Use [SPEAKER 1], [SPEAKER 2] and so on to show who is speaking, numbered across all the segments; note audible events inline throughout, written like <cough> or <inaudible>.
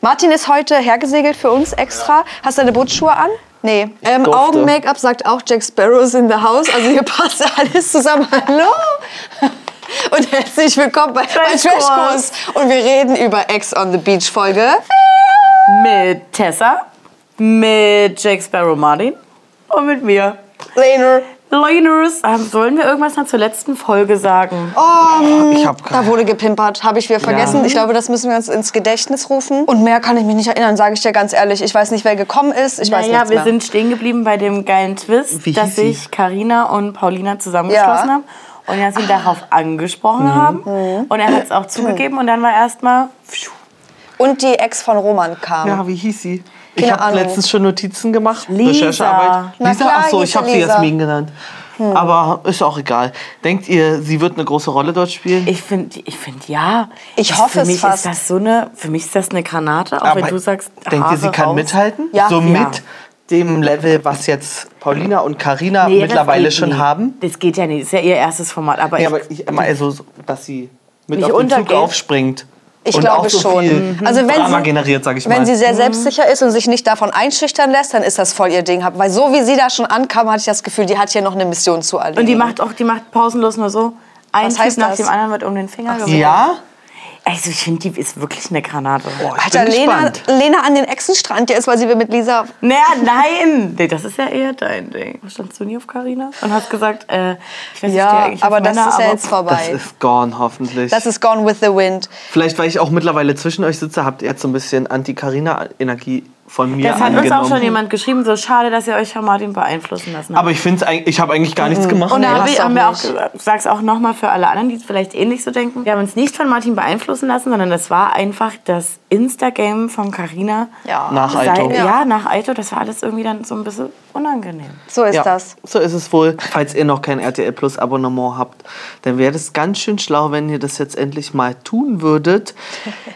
[SPEAKER 1] Martin ist heute hergesegelt für uns extra. Hast du deine Bootsschuhe an? Nee. Ähm,
[SPEAKER 2] durfte.
[SPEAKER 1] Augen-Make-up sagt auch Jack Sparrows in the house. Also hier passt alles zusammen. <laughs> Hallo! Und herzlich willkommen bei Trash
[SPEAKER 2] Trash
[SPEAKER 1] Kurs. Und wir reden über Ex on the Beach Folge.
[SPEAKER 2] Mit Tessa, mit Jake Sparrow Martin und mit mir.
[SPEAKER 1] Later.
[SPEAKER 2] Leuners, ähm, sollen wir irgendwas noch zur letzten Folge sagen?
[SPEAKER 1] Um,
[SPEAKER 3] Ich hab
[SPEAKER 1] da wurde gepimpert, habe ich wieder vergessen. Ich glaube, das müssen wir uns ins Gedächtnis rufen. Und mehr kann ich mich nicht erinnern, sage ich dir ganz ehrlich. Ich weiß nicht, wer gekommen ist. Ich weiß
[SPEAKER 2] naja,
[SPEAKER 1] nichts
[SPEAKER 2] wir
[SPEAKER 1] mehr.
[SPEAKER 2] sind stehen geblieben bei dem geilen Twist,
[SPEAKER 3] Wie hieß
[SPEAKER 2] dass
[SPEAKER 3] sie?
[SPEAKER 2] sich Karina und Paulina zusammengeschlossen
[SPEAKER 1] Ja.
[SPEAKER 2] haben und dass sie darauf angesprochen haben. Und er hat es auch zugegeben und dann war erstmal.
[SPEAKER 1] Und die Ex von Roman kam.
[SPEAKER 3] Ja, wie hieß sie? Ich
[SPEAKER 1] Keine
[SPEAKER 3] habe
[SPEAKER 1] Ahnung.
[SPEAKER 3] letztens schon Notizen gemacht.
[SPEAKER 2] Lisa.
[SPEAKER 3] Recherchearbeit.
[SPEAKER 1] Na
[SPEAKER 3] Lisa,
[SPEAKER 1] klar,
[SPEAKER 3] ach so,
[SPEAKER 1] hieß
[SPEAKER 3] ich habe
[SPEAKER 1] sie
[SPEAKER 3] sie
[SPEAKER 1] Lisa.
[SPEAKER 3] Jasmin genannt. Aber ist auch egal. Denkt ihr, sie wird eine große Rolle dort spielen?
[SPEAKER 2] Ich finde, ich find, ja. Also
[SPEAKER 1] Ich hoffe
[SPEAKER 2] für
[SPEAKER 1] es
[SPEAKER 2] mich
[SPEAKER 1] fast.
[SPEAKER 2] Ist das so eine, für mich ist das eine Granate, auch wenn du sagst,
[SPEAKER 3] denkt ihr, sie
[SPEAKER 2] Haare
[SPEAKER 3] kann
[SPEAKER 2] raus.
[SPEAKER 3] mithalten?
[SPEAKER 1] Ja.
[SPEAKER 3] so
[SPEAKER 2] Ja.
[SPEAKER 3] mit dem Level, was jetzt Paulina und Karina
[SPEAKER 2] Nee, das
[SPEAKER 3] mittlerweile
[SPEAKER 2] geht
[SPEAKER 3] schon
[SPEAKER 2] nicht.
[SPEAKER 3] haben?
[SPEAKER 2] Das geht ja nicht, das ist ja ihr erstes Format. Aber,
[SPEAKER 3] Ja,
[SPEAKER 2] ich,
[SPEAKER 3] aber ich, also, so, dass sie mit
[SPEAKER 2] Nicht
[SPEAKER 3] auf den Zug
[SPEAKER 2] untergeht.
[SPEAKER 3] aufspringt.
[SPEAKER 1] Ich
[SPEAKER 3] und
[SPEAKER 1] glaube
[SPEAKER 3] auch so
[SPEAKER 1] schon.
[SPEAKER 3] Viel
[SPEAKER 1] Mhm. Also wenn
[SPEAKER 3] Drama
[SPEAKER 1] sie-
[SPEAKER 3] generiert, sag ich
[SPEAKER 1] Wenn
[SPEAKER 3] mal.
[SPEAKER 1] sie
[SPEAKER 2] Mhm.
[SPEAKER 1] sehr selbstsicher ist und sich nicht davon einschüchtern lässt, dann ist das voll ihr Ding. Weil so wie sie da schon ankam, hatte ich das Gefühl, die hat hier noch eine Mission zu erledigen.
[SPEAKER 2] und die macht auch, die macht pausenlos nur so. Ein
[SPEAKER 1] Was
[SPEAKER 2] Typ
[SPEAKER 1] heißt
[SPEAKER 2] nach
[SPEAKER 1] das?
[SPEAKER 2] dem anderen wird um den Finger gewickelt.
[SPEAKER 3] ja?
[SPEAKER 2] Also ich finde, die ist wirklich eine Granate.
[SPEAKER 3] Boah, ich
[SPEAKER 1] Alter,
[SPEAKER 3] bin
[SPEAKER 1] Lena,
[SPEAKER 3] gespannt.
[SPEAKER 1] Lena an den Echsenstrand, der ist, weil sie will mit Lisa.
[SPEAKER 2] Naja, nein! Nee, das ist ja eher dein Ding. Standst du nie auf Karina und hast gesagt, äh, ich weiß nicht, der
[SPEAKER 1] Ja,
[SPEAKER 2] eigentlich
[SPEAKER 1] aber
[SPEAKER 2] auf
[SPEAKER 1] das
[SPEAKER 2] meiner,
[SPEAKER 1] ist ja
[SPEAKER 2] aber-
[SPEAKER 1] jetzt
[SPEAKER 3] Das
[SPEAKER 1] vorbei.
[SPEAKER 3] ist gone, hoffentlich.
[SPEAKER 1] Das ist Gone with the Wind.
[SPEAKER 3] Vielleicht, weil ich auch mittlerweile zwischen euch sitze, habt ihr jetzt so ein bisschen Anti-Karina-Energie von mir
[SPEAKER 2] Das hat uns auch
[SPEAKER 3] angenommen.
[SPEAKER 2] schon jemand geschrieben, so schade, dass ihr euch von Martin beeinflussen lassen habt.
[SPEAKER 3] aber ich finde, ich habe eigentlich gar nichts gemacht.
[SPEAKER 2] Mhm. Und da
[SPEAKER 1] Nee,
[SPEAKER 2] hab
[SPEAKER 1] hast
[SPEAKER 2] ich,
[SPEAKER 1] du auch
[SPEAKER 2] haben wir auch
[SPEAKER 1] nicht.
[SPEAKER 2] gesagt, sag's auch nochmal für alle anderen, die es vielleicht ähnlich so denken. Wir haben uns nicht von Martin beeinflussen lassen, sondern das war einfach das Insta-Game von Carina.
[SPEAKER 1] Ja.
[SPEAKER 3] Nach Aito.
[SPEAKER 2] Ja. nach Aito. Das war alles irgendwie dann so ein bisschen unangenehm.
[SPEAKER 1] So ist
[SPEAKER 3] Ja,
[SPEAKER 1] das.
[SPEAKER 3] So ist es wohl. Falls ihr noch kein RTL Plus Abonnement habt, dann wäre es ganz schön schlau, wenn ihr das jetzt endlich mal tun würdet.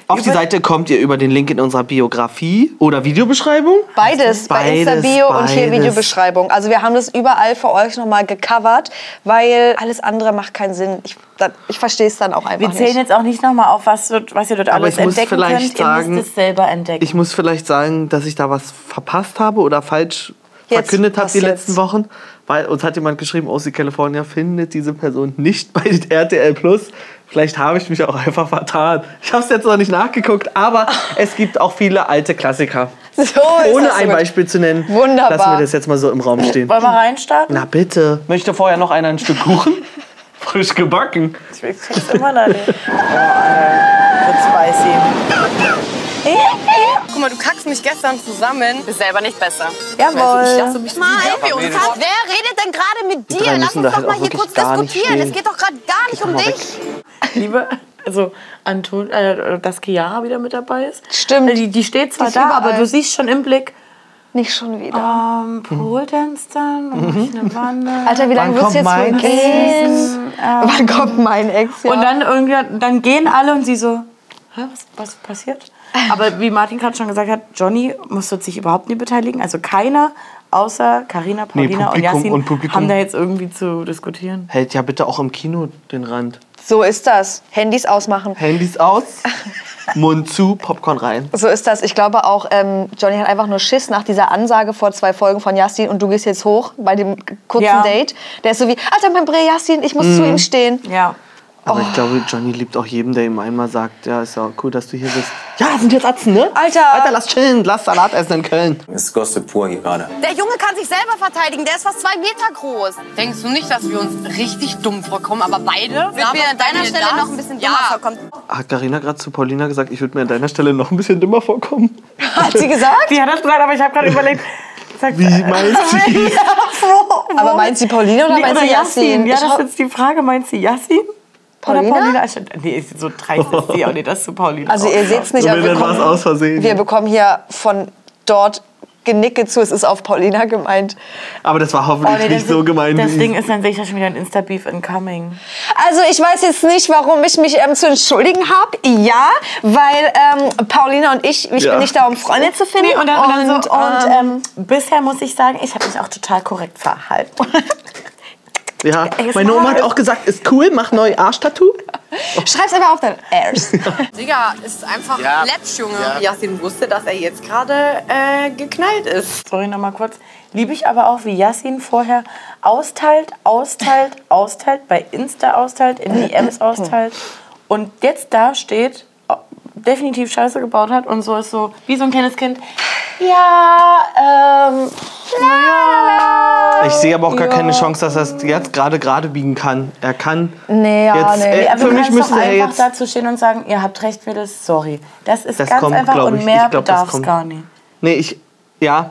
[SPEAKER 3] Auf
[SPEAKER 2] <laughs>
[SPEAKER 3] die Seite kommt ihr über den Link in unserer Biografie oder Videobeschreibung.
[SPEAKER 1] Beides, bei
[SPEAKER 3] Beides,
[SPEAKER 1] Insta-Bio und hier
[SPEAKER 3] beides.
[SPEAKER 1] Videobeschreibung. Also wir haben das überall für euch nochmal gecovert, weil alles andere macht keinen Sinn. Ich, dann- ich verstehe es dann auch einfach
[SPEAKER 2] Wir zählen
[SPEAKER 1] nicht.
[SPEAKER 2] jetzt auch nicht nochmal auf, was, dort- was ihr dort
[SPEAKER 3] Aber
[SPEAKER 2] alles
[SPEAKER 3] ich muss
[SPEAKER 2] entdecken
[SPEAKER 3] vielleicht
[SPEAKER 2] könnt. ihr
[SPEAKER 3] sagen,
[SPEAKER 2] müsst es selber entdecken.
[SPEAKER 3] Ich muss vielleicht sagen, dass ich da was verpasst habe oder falsch
[SPEAKER 1] Jetzt,
[SPEAKER 3] verkündet habe
[SPEAKER 1] was
[SPEAKER 3] die
[SPEAKER 1] jetzt?
[SPEAKER 3] letzten Wochen. Weil uns hat jemand geschrieben, OC California findet diese Person nicht bei <laughs> RTL Plus. Vielleicht habe ich mich auch einfach vertan. Ich habe es jetzt noch nicht nachgeguckt, aber
[SPEAKER 4] Ah.
[SPEAKER 3] es gibt auch viele alte Klassiker.
[SPEAKER 1] <laughs> So
[SPEAKER 4] Oh,
[SPEAKER 1] ist
[SPEAKER 3] Ohne
[SPEAKER 1] das
[SPEAKER 3] ein
[SPEAKER 1] gut.
[SPEAKER 3] Beispiel zu nennen,
[SPEAKER 1] Wunderbar.
[SPEAKER 3] lassen wir das jetzt mal so im Raum stehen.
[SPEAKER 2] Wollen wir reinstarten?
[SPEAKER 3] Na bitte. Möchte vorher noch einer ein Stück Kuchen? <laughs> Frisch gebacken.
[SPEAKER 2] Ich krieg's immer noch
[SPEAKER 3] <laughs>
[SPEAKER 2] nicht. Oh,
[SPEAKER 3] äh,
[SPEAKER 2] Alter. Wird spicy.
[SPEAKER 5] Guck mal, du kackst mich gestern zusammen. Bist selber nicht besser.
[SPEAKER 1] Jawohl.
[SPEAKER 4] Wer redet denn gerade mit
[SPEAKER 3] drei
[SPEAKER 4] dir? Lass
[SPEAKER 3] müssen
[SPEAKER 4] uns
[SPEAKER 3] da
[SPEAKER 4] doch
[SPEAKER 3] halt auch
[SPEAKER 4] mal hier
[SPEAKER 3] wirklich
[SPEAKER 4] kurz
[SPEAKER 3] gar nicht
[SPEAKER 4] diskutieren.
[SPEAKER 3] stehen.
[SPEAKER 4] Es geht doch gerade gar nicht um
[SPEAKER 3] mal
[SPEAKER 4] dich.
[SPEAKER 3] weg.
[SPEAKER 2] liebe, also Anton, äh, dass Chiara wieder mit dabei ist.
[SPEAKER 1] Stimmt.
[SPEAKER 2] Die, die steht zwar
[SPEAKER 1] Die ist
[SPEAKER 2] da,
[SPEAKER 1] überall.
[SPEAKER 2] aber du siehst schon im Blick,
[SPEAKER 1] Nicht schon wieder.
[SPEAKER 2] ähm, Pole Dance dann, dann mach ich eine <laughs> Wanne.
[SPEAKER 1] Alter, wie lange
[SPEAKER 3] Wann
[SPEAKER 1] wird es
[SPEAKER 3] kommt
[SPEAKER 1] jetzt wohl
[SPEAKER 3] mein
[SPEAKER 1] gehen? Wann kommt mein Ex? Ja.
[SPEAKER 2] Und dann irgendwie, dann gehen alle und sie so, Hä, was, was passiert? Aber wie Martin gerade schon gesagt hat, Johnny musste sich überhaupt nie beteiligen. Also keiner außer Karina, Paulina und
[SPEAKER 3] Publikum
[SPEAKER 2] Yasin
[SPEAKER 3] und Publikum.
[SPEAKER 2] haben da jetzt irgendwie zu diskutieren.
[SPEAKER 3] Hält ja bitte auch im Kino den Rand.
[SPEAKER 1] so ist das. Handys ausmachen.
[SPEAKER 3] Handys aus, Mund zu, Popcorn rein.
[SPEAKER 1] So ist das. Ich glaube auch, ähm, Johnny hat einfach nur Schiss nach dieser Ansage vor zwei Folgen von Yassin und du gehst jetzt hoch bei dem kurzen
[SPEAKER 2] Ja.
[SPEAKER 1] Date. Der ist so wie, Alter, mein Bre Yassin, ich muss zu ihm stehen. <laughs>
[SPEAKER 2] Ja.
[SPEAKER 3] Aber ich glaube, Johnny liebt auch jeden, der ihm einmal sagt, ja, ist ja cool, dass du hier bist. Ja, sind jetzt Atzen, ne?
[SPEAKER 1] Alter!
[SPEAKER 3] Alter, lass chillen, lass Salat essen in Köln.
[SPEAKER 6] Das ist Gossip pur hier gerade.
[SPEAKER 4] Der Junge kann sich selber verteidigen. Der ist fast zwei Meter groß.
[SPEAKER 5] Denkst du nicht, dass wir uns richtig dumm vorkommen, aber beide?
[SPEAKER 4] Wird mir an deiner Stelle noch ein bisschen dummer vorkommen.
[SPEAKER 3] Hat Carina gerade zu Paulina gesagt, ich würde mir an deiner Stelle noch ein bisschen dümmer vorkommen?
[SPEAKER 1] Hat sie gesagt?
[SPEAKER 2] Die hat das gesagt, aber ich habe
[SPEAKER 3] <laughs>
[SPEAKER 2] gerade überlegt, äh, sagt, <laughs>
[SPEAKER 3] Wie meinst du?
[SPEAKER 1] Aber meint sie Pauline oder
[SPEAKER 2] Nee,
[SPEAKER 1] meint
[SPEAKER 2] oder
[SPEAKER 1] sie Yassin?
[SPEAKER 2] Yassin. Ja,
[SPEAKER 1] Ich
[SPEAKER 2] das
[SPEAKER 1] hau-
[SPEAKER 2] ist jetzt die Frage. Meint sie Yassin?
[SPEAKER 1] Paulina?
[SPEAKER 2] Oder Paulina? Ich- Nee, ist so dreist ist sie auch nicht, dass du Paulina
[SPEAKER 1] also ihr
[SPEAKER 2] auch-
[SPEAKER 1] seht es nicht, aber
[SPEAKER 3] Wenn,
[SPEAKER 1] wir
[SPEAKER 3] dann war es aus
[SPEAKER 1] bekommen,
[SPEAKER 3] Versehen.
[SPEAKER 1] wir bekommen hier von dort Genicke zu, es ist auf Paulina gemeint.
[SPEAKER 3] Aber das war hoffentlich
[SPEAKER 2] Oh, nee,
[SPEAKER 3] nicht
[SPEAKER 2] das-
[SPEAKER 3] so gemeint.
[SPEAKER 2] Das
[SPEAKER 3] wie
[SPEAKER 2] Ding
[SPEAKER 3] ich-
[SPEAKER 2] ist dann sicher schon wieder ein Insta-Beef incoming.
[SPEAKER 1] Also ich weiß jetzt nicht, warum ich mich ähm, zu entschuldigen habe. Ja, weil ähm, Paulina und ich, ich
[SPEAKER 3] Ja.
[SPEAKER 1] bin nicht da, um Freunde zu finden.
[SPEAKER 2] Nee, und dann, und, dann so,
[SPEAKER 1] und, ähm, <laughs>
[SPEAKER 2] ähm, bisher muss ich sagen, ich habe mich auch total korrekt verhalten.
[SPEAKER 3] Ja,
[SPEAKER 2] ASMR.
[SPEAKER 3] meine Oma hat auch gesagt, ist cool, mach neu Arschtattoo.
[SPEAKER 1] Schreib's aber auf dein Airs.
[SPEAKER 5] Digga, ist einfach
[SPEAKER 6] Ja.
[SPEAKER 5] läppisch, Junge.
[SPEAKER 6] Ja.
[SPEAKER 5] Yasin wusste, dass er jetzt gerade äh, geknallt ist.
[SPEAKER 2] Sorry, nochmal kurz. Liebe ich aber auch, wie Yassin vorher austeilt, austeilt, austeilt, bei Insta austeilt, in DMs austeilt und jetzt da steht, oh, definitiv Scheiße gebaut hat und so ist so, wie so ein kleines Kind. Ja, ähm, la, la, la.
[SPEAKER 3] Ich sehe aber auch gar
[SPEAKER 2] Ja.
[SPEAKER 3] keine Chance, dass er es jetzt gerade gerade biegen kann. Er kann.
[SPEAKER 1] Nee, ja,
[SPEAKER 3] Jetzt,
[SPEAKER 1] nee.
[SPEAKER 3] äh,
[SPEAKER 2] Aber
[SPEAKER 3] für
[SPEAKER 2] du
[SPEAKER 3] mich
[SPEAKER 2] kannst
[SPEAKER 3] müssen
[SPEAKER 2] doch
[SPEAKER 3] wir
[SPEAKER 2] einfach
[SPEAKER 3] jetzt.
[SPEAKER 2] dazu stehen und sagen, ihr habt recht, wir das, sorry. Das ist
[SPEAKER 3] Das
[SPEAKER 2] ganz
[SPEAKER 3] kommt,
[SPEAKER 2] einfach
[SPEAKER 3] glaub
[SPEAKER 2] und
[SPEAKER 3] ich.
[SPEAKER 2] mehr
[SPEAKER 3] Ich glaub, das
[SPEAKER 2] bedarf es
[SPEAKER 3] kommt.
[SPEAKER 2] gar nicht.
[SPEAKER 3] Nee, ich. Ja.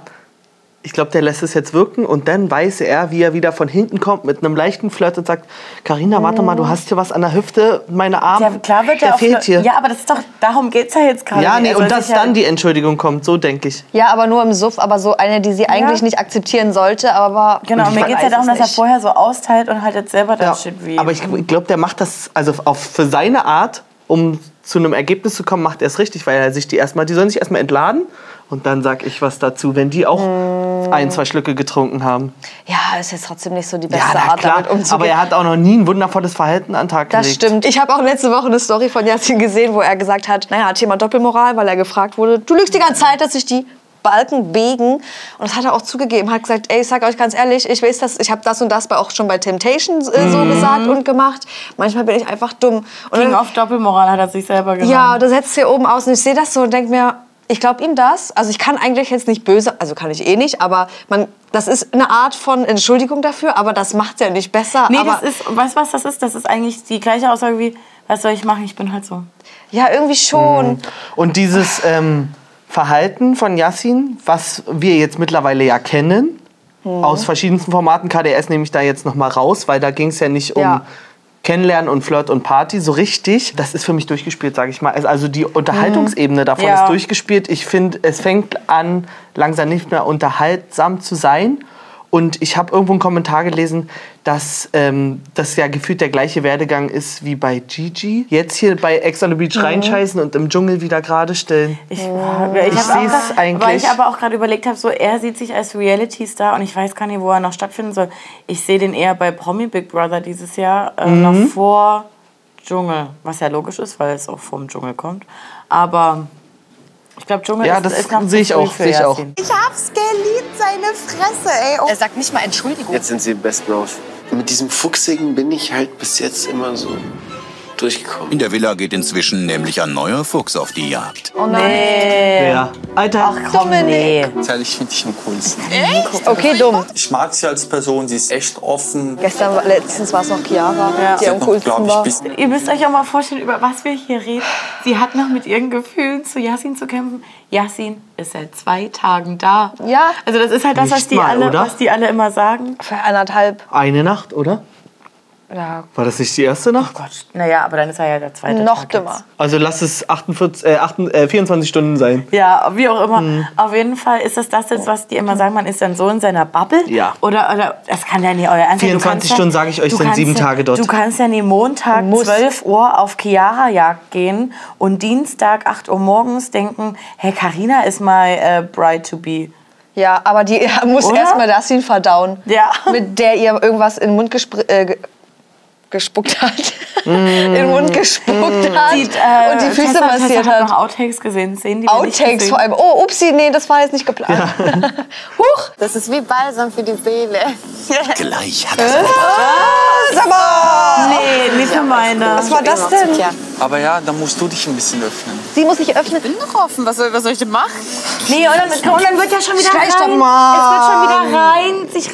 [SPEAKER 3] Ich glaube, der lässt es jetzt wirken und dann weiß er, wie er wieder von hinten kommt mit einem leichten Flirt und sagt: Karina, warte mal, du hast hier was an der Hüfte, meine Arme.
[SPEAKER 2] Mhm. Ja, klar wird
[SPEAKER 3] der
[SPEAKER 2] der auf
[SPEAKER 3] fehlt hier.
[SPEAKER 2] Ja, aber das ist doch, darum geht's ja jetzt gerade.
[SPEAKER 3] Ja, nee,
[SPEAKER 2] Also
[SPEAKER 3] und
[SPEAKER 2] es
[SPEAKER 3] dass
[SPEAKER 2] ist ja-
[SPEAKER 3] dann die Entschuldigung kommt, so denke ich.
[SPEAKER 1] Ja, aber nur im Suff, aber so eine, die sie eigentlich nicht akzeptieren sollte, aber.
[SPEAKER 2] Genau, und mir
[SPEAKER 1] Man
[SPEAKER 2] geht es ja
[SPEAKER 1] weiß
[SPEAKER 2] darum, dass er
[SPEAKER 1] nicht.
[SPEAKER 2] vorher so austeilt und halt jetzt selber da
[SPEAKER 3] Ja.
[SPEAKER 2] steht wie.
[SPEAKER 3] Aber ich glaube, der macht das, also auf, für seine Art, um zu einem Ergebnis zu kommen, macht er es richtig, weil er sich die erstmal, die sollen sich erstmal entladen und dann sag ich was dazu, wenn die auch
[SPEAKER 2] Mhm.
[SPEAKER 3] ein, zwei Schlücke getrunken haben.
[SPEAKER 1] Ja, ist jetzt trotzdem nicht so die
[SPEAKER 3] Ja,
[SPEAKER 1] beste
[SPEAKER 3] na
[SPEAKER 1] Art,
[SPEAKER 3] klar,
[SPEAKER 1] damit umzugehen.
[SPEAKER 3] aber er hat auch noch nie ein wundervolles Verhalten an den Tag
[SPEAKER 1] Das
[SPEAKER 3] gelegt.
[SPEAKER 1] stimmt. Ich habe auch letzte Woche eine Story von Yasin gesehen, wo er gesagt hat, naja, Thema Doppelmoral, weil er gefragt wurde, du lügst die ganze Zeit, dass ich die Balken biegen. Und das hat er auch zugegeben, hat gesagt, ey, ich sag euch ganz ehrlich, ich weiß das, ich habe das und das bei, auch schon bei Temptation äh, so gesagt und gemacht. Manchmal bin ich einfach dumm. Und
[SPEAKER 2] King
[SPEAKER 1] dann,
[SPEAKER 2] of Doppelmoral hat er sich selber genannt.
[SPEAKER 1] ja, da setzt hier oben aus und ich sehe das so und denke mir, ich glaube ihm das. Also ich kann eigentlich jetzt nicht böse, also kann ich eh nicht, aber man, das ist eine Art von Entschuldigung dafür, aber das macht's ja nicht besser.
[SPEAKER 2] nee,
[SPEAKER 1] aber
[SPEAKER 2] das ist, weißt du, was das ist? Das ist eigentlich die gleiche Aussage wie, was soll ich machen? Ich bin halt so.
[SPEAKER 1] ja, irgendwie schon.
[SPEAKER 2] Hm.
[SPEAKER 3] Und dieses ähm, Verhalten von Yassin, was wir jetzt mittlerweile ja kennen, aus verschiedensten Formaten, KDS nehme ich da jetzt nochmal raus, weil da ging es ja nicht um
[SPEAKER 1] Ja.
[SPEAKER 3] Kennenlernen und Flirt und Party so richtig. Das ist für mich durchgespielt, sage ich mal. Also die Unterhaltungsebene davon
[SPEAKER 2] Ja.
[SPEAKER 3] ist durchgespielt. Ich finde, es fängt an, langsam nicht mehr unterhaltsam zu sein. Und ich habe irgendwo einen Kommentar gelesen, dass ähm, das ja gefühlt der gleiche Werdegang ist wie bei Gigi. Jetzt hier bei Ex on the Beach reinscheißen und im Dschungel wieder gerade stellen.
[SPEAKER 2] Ich, ich, hab
[SPEAKER 3] Oh. seh's
[SPEAKER 2] auch grad-
[SPEAKER 3] eigentlich.
[SPEAKER 2] Weil ich aber auch gerade überlegt habe, so er sieht sich als Reality-Star und ich weiß gar nicht, wo er noch stattfinden soll. Ich sehe den eher bei Promi Big Brother dieses Jahr, äh,
[SPEAKER 3] Mhm.
[SPEAKER 2] noch vor Dschungel. Was ja logisch ist, weil es auch vom Dschungel kommt. Aber ich glaube, Dschungel
[SPEAKER 3] Ja,
[SPEAKER 2] ist,
[SPEAKER 3] das
[SPEAKER 2] ist noch zu
[SPEAKER 3] sehe ich
[SPEAKER 2] früh
[SPEAKER 3] auch,
[SPEAKER 2] für
[SPEAKER 3] sehe ich auch.
[SPEAKER 2] Yasin.
[SPEAKER 4] Ich hab's geliebt, seine Fresse, ey.
[SPEAKER 5] Er sagt nicht mal Entschuldigung.
[SPEAKER 6] Jetzt sind sie Best Bros. Mit diesem Fuchsigen bin ich halt bis jetzt immer so durchgekommen.
[SPEAKER 7] In der Villa geht inzwischen ne- nämlich ein neuer Fuchs auf die Jagd.
[SPEAKER 3] Ja. Alter,
[SPEAKER 2] Komm, nee.
[SPEAKER 6] Ich finde dich am coolsten.
[SPEAKER 1] Okay, dumm.
[SPEAKER 8] Ich mag sie als Person, sie ist echt offen.
[SPEAKER 1] Gestern, war- letztens war es noch Chiara, die am coolsten war.
[SPEAKER 8] glaube ich, bis
[SPEAKER 2] Ihr müsst euch auch mal vorstellen, über was wir hier reden. Sie hat noch mit ihren Gefühlen zu Yassin zu kämpfen. Yassin ist seit zwei Tagen da.
[SPEAKER 1] Ja.
[SPEAKER 2] Also das ist halt das, was
[SPEAKER 3] Nicht
[SPEAKER 2] die,
[SPEAKER 3] mal,
[SPEAKER 2] alle,
[SPEAKER 3] oder?
[SPEAKER 2] was die alle immer sagen.
[SPEAKER 1] Für eineinhalb.
[SPEAKER 3] eine Nacht, oder?
[SPEAKER 1] Ja,
[SPEAKER 3] War das nicht die erste Nacht?
[SPEAKER 2] Gott. Naja, aber dann ist er ja der zweite
[SPEAKER 1] noch
[SPEAKER 2] Tag
[SPEAKER 1] dümmer.
[SPEAKER 2] Jetzt.
[SPEAKER 3] Also lass es 48, äh, 28, äh, 24 Stunden sein.
[SPEAKER 2] Ja, wie auch immer.
[SPEAKER 3] Hm.
[SPEAKER 2] Auf jeden Fall ist das das jetzt, was die immer sagen, man ist dann so in seiner Bubble.
[SPEAKER 3] Ja.
[SPEAKER 2] Oder, oder das kann ja nicht euer Ernst sein. Du
[SPEAKER 3] 24
[SPEAKER 2] kannst ja-
[SPEAKER 3] Stunden, sag ich euch,
[SPEAKER 2] du
[SPEAKER 3] sind
[SPEAKER 2] kannst
[SPEAKER 3] sieben
[SPEAKER 2] ja,
[SPEAKER 3] Tage dort.
[SPEAKER 2] Du kannst ja nicht Montag 12 Uhr auf Chiara-Jagd gehen und Dienstag 8 Uhr morgens denken, hey, Carina ist my äh, bride to be.
[SPEAKER 1] Ja, aber die <laughs> muss
[SPEAKER 2] Oder?
[SPEAKER 1] erstmal Dassin verdauen.
[SPEAKER 2] Ja.
[SPEAKER 1] Mit der ihr irgendwas in den Mund gespr äh, ge- gespuckt hat. <laughs> in den Mund gespuckt hat.
[SPEAKER 2] Hm. äh,
[SPEAKER 1] und die Füße
[SPEAKER 2] Tessa-
[SPEAKER 1] massiert
[SPEAKER 2] Tessa hat.
[SPEAKER 1] hat.
[SPEAKER 2] noch Outtakes gesehen. Sehen die wir nicht
[SPEAKER 1] Outtakes
[SPEAKER 2] gesehen.
[SPEAKER 1] vor allem. Oh, upsi, nee, das war jetzt nicht geplant. <laughs> Huch!
[SPEAKER 4] Das ist wie Balsam für die Seele.
[SPEAKER 7] Gleich hat er
[SPEAKER 1] Sag mal!
[SPEAKER 2] Nee, nicht für meine.
[SPEAKER 1] Was war das denn?
[SPEAKER 8] Aber ja, da musst du dich ein bisschen öffnen.
[SPEAKER 1] Sie muss sich öffnen.
[SPEAKER 5] bin doch offen. Was soll, was soll ich denn machen?
[SPEAKER 2] Nee, und dann, und dann wird ja schon wieder
[SPEAKER 1] Schleich doch
[SPEAKER 2] rein.
[SPEAKER 1] mal.
[SPEAKER 2] Es wird schon wieder rein, sich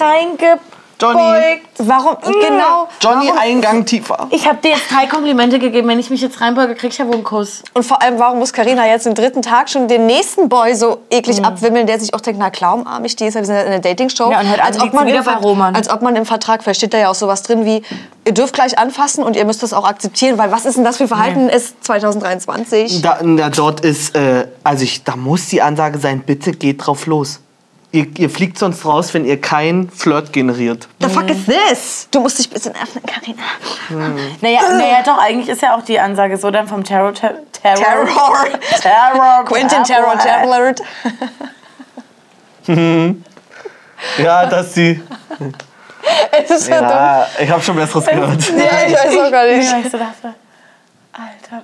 [SPEAKER 2] reingebeugt.
[SPEAKER 1] Warum? Genau.
[SPEAKER 3] Johnny, Eingang tiefer.
[SPEAKER 2] Ich habe dir jetzt drei Komplimente gegeben. Wenn ich mich jetzt reinbeuge, krieg ich ja wohl einen Kuss.
[SPEAKER 1] Und vor allem, warum muss Karina jetzt den dritten Tag schon den nächsten Boy so eklig abwimmeln, der sich auch denkt, na klar, umarm ich die, ist ja wir sind ja in der Dating-Show.
[SPEAKER 2] Hm. Ja, und heute Abend liegt sie
[SPEAKER 1] im
[SPEAKER 2] wieder bei
[SPEAKER 1] Ver-
[SPEAKER 2] Roman.
[SPEAKER 1] als ob man im Vertrag, vielleicht steht da ja auch sowas drin wie, ihr dürft gleich anfassen und ihr müsst das auch akzeptieren, weil was ist denn das für ein Verhalten ist 2023?
[SPEAKER 3] Da, na, dort ist, äh, also ich, da muss die Ansage sein, bitte geht drauf los. Ihr, ihr fliegt sonst raus, wenn ihr kein Flirt generiert.
[SPEAKER 1] The fuck is this? Du musst dich ein bisschen öffnen, Karina.
[SPEAKER 2] Naja, naja, doch, eigentlich ist ja auch die Ansage so dann vom Terror. Ter Terror.
[SPEAKER 1] Terror.
[SPEAKER 2] Terror.
[SPEAKER 1] Quentin Terror Tablet.
[SPEAKER 3] Ja, dass sie.
[SPEAKER 1] Es ist so dumm.
[SPEAKER 3] Ja, ich habe schon Besseres gehört.
[SPEAKER 1] Ja, ich weiß auch gar nicht.
[SPEAKER 2] Ja, ich so dachte, Alter,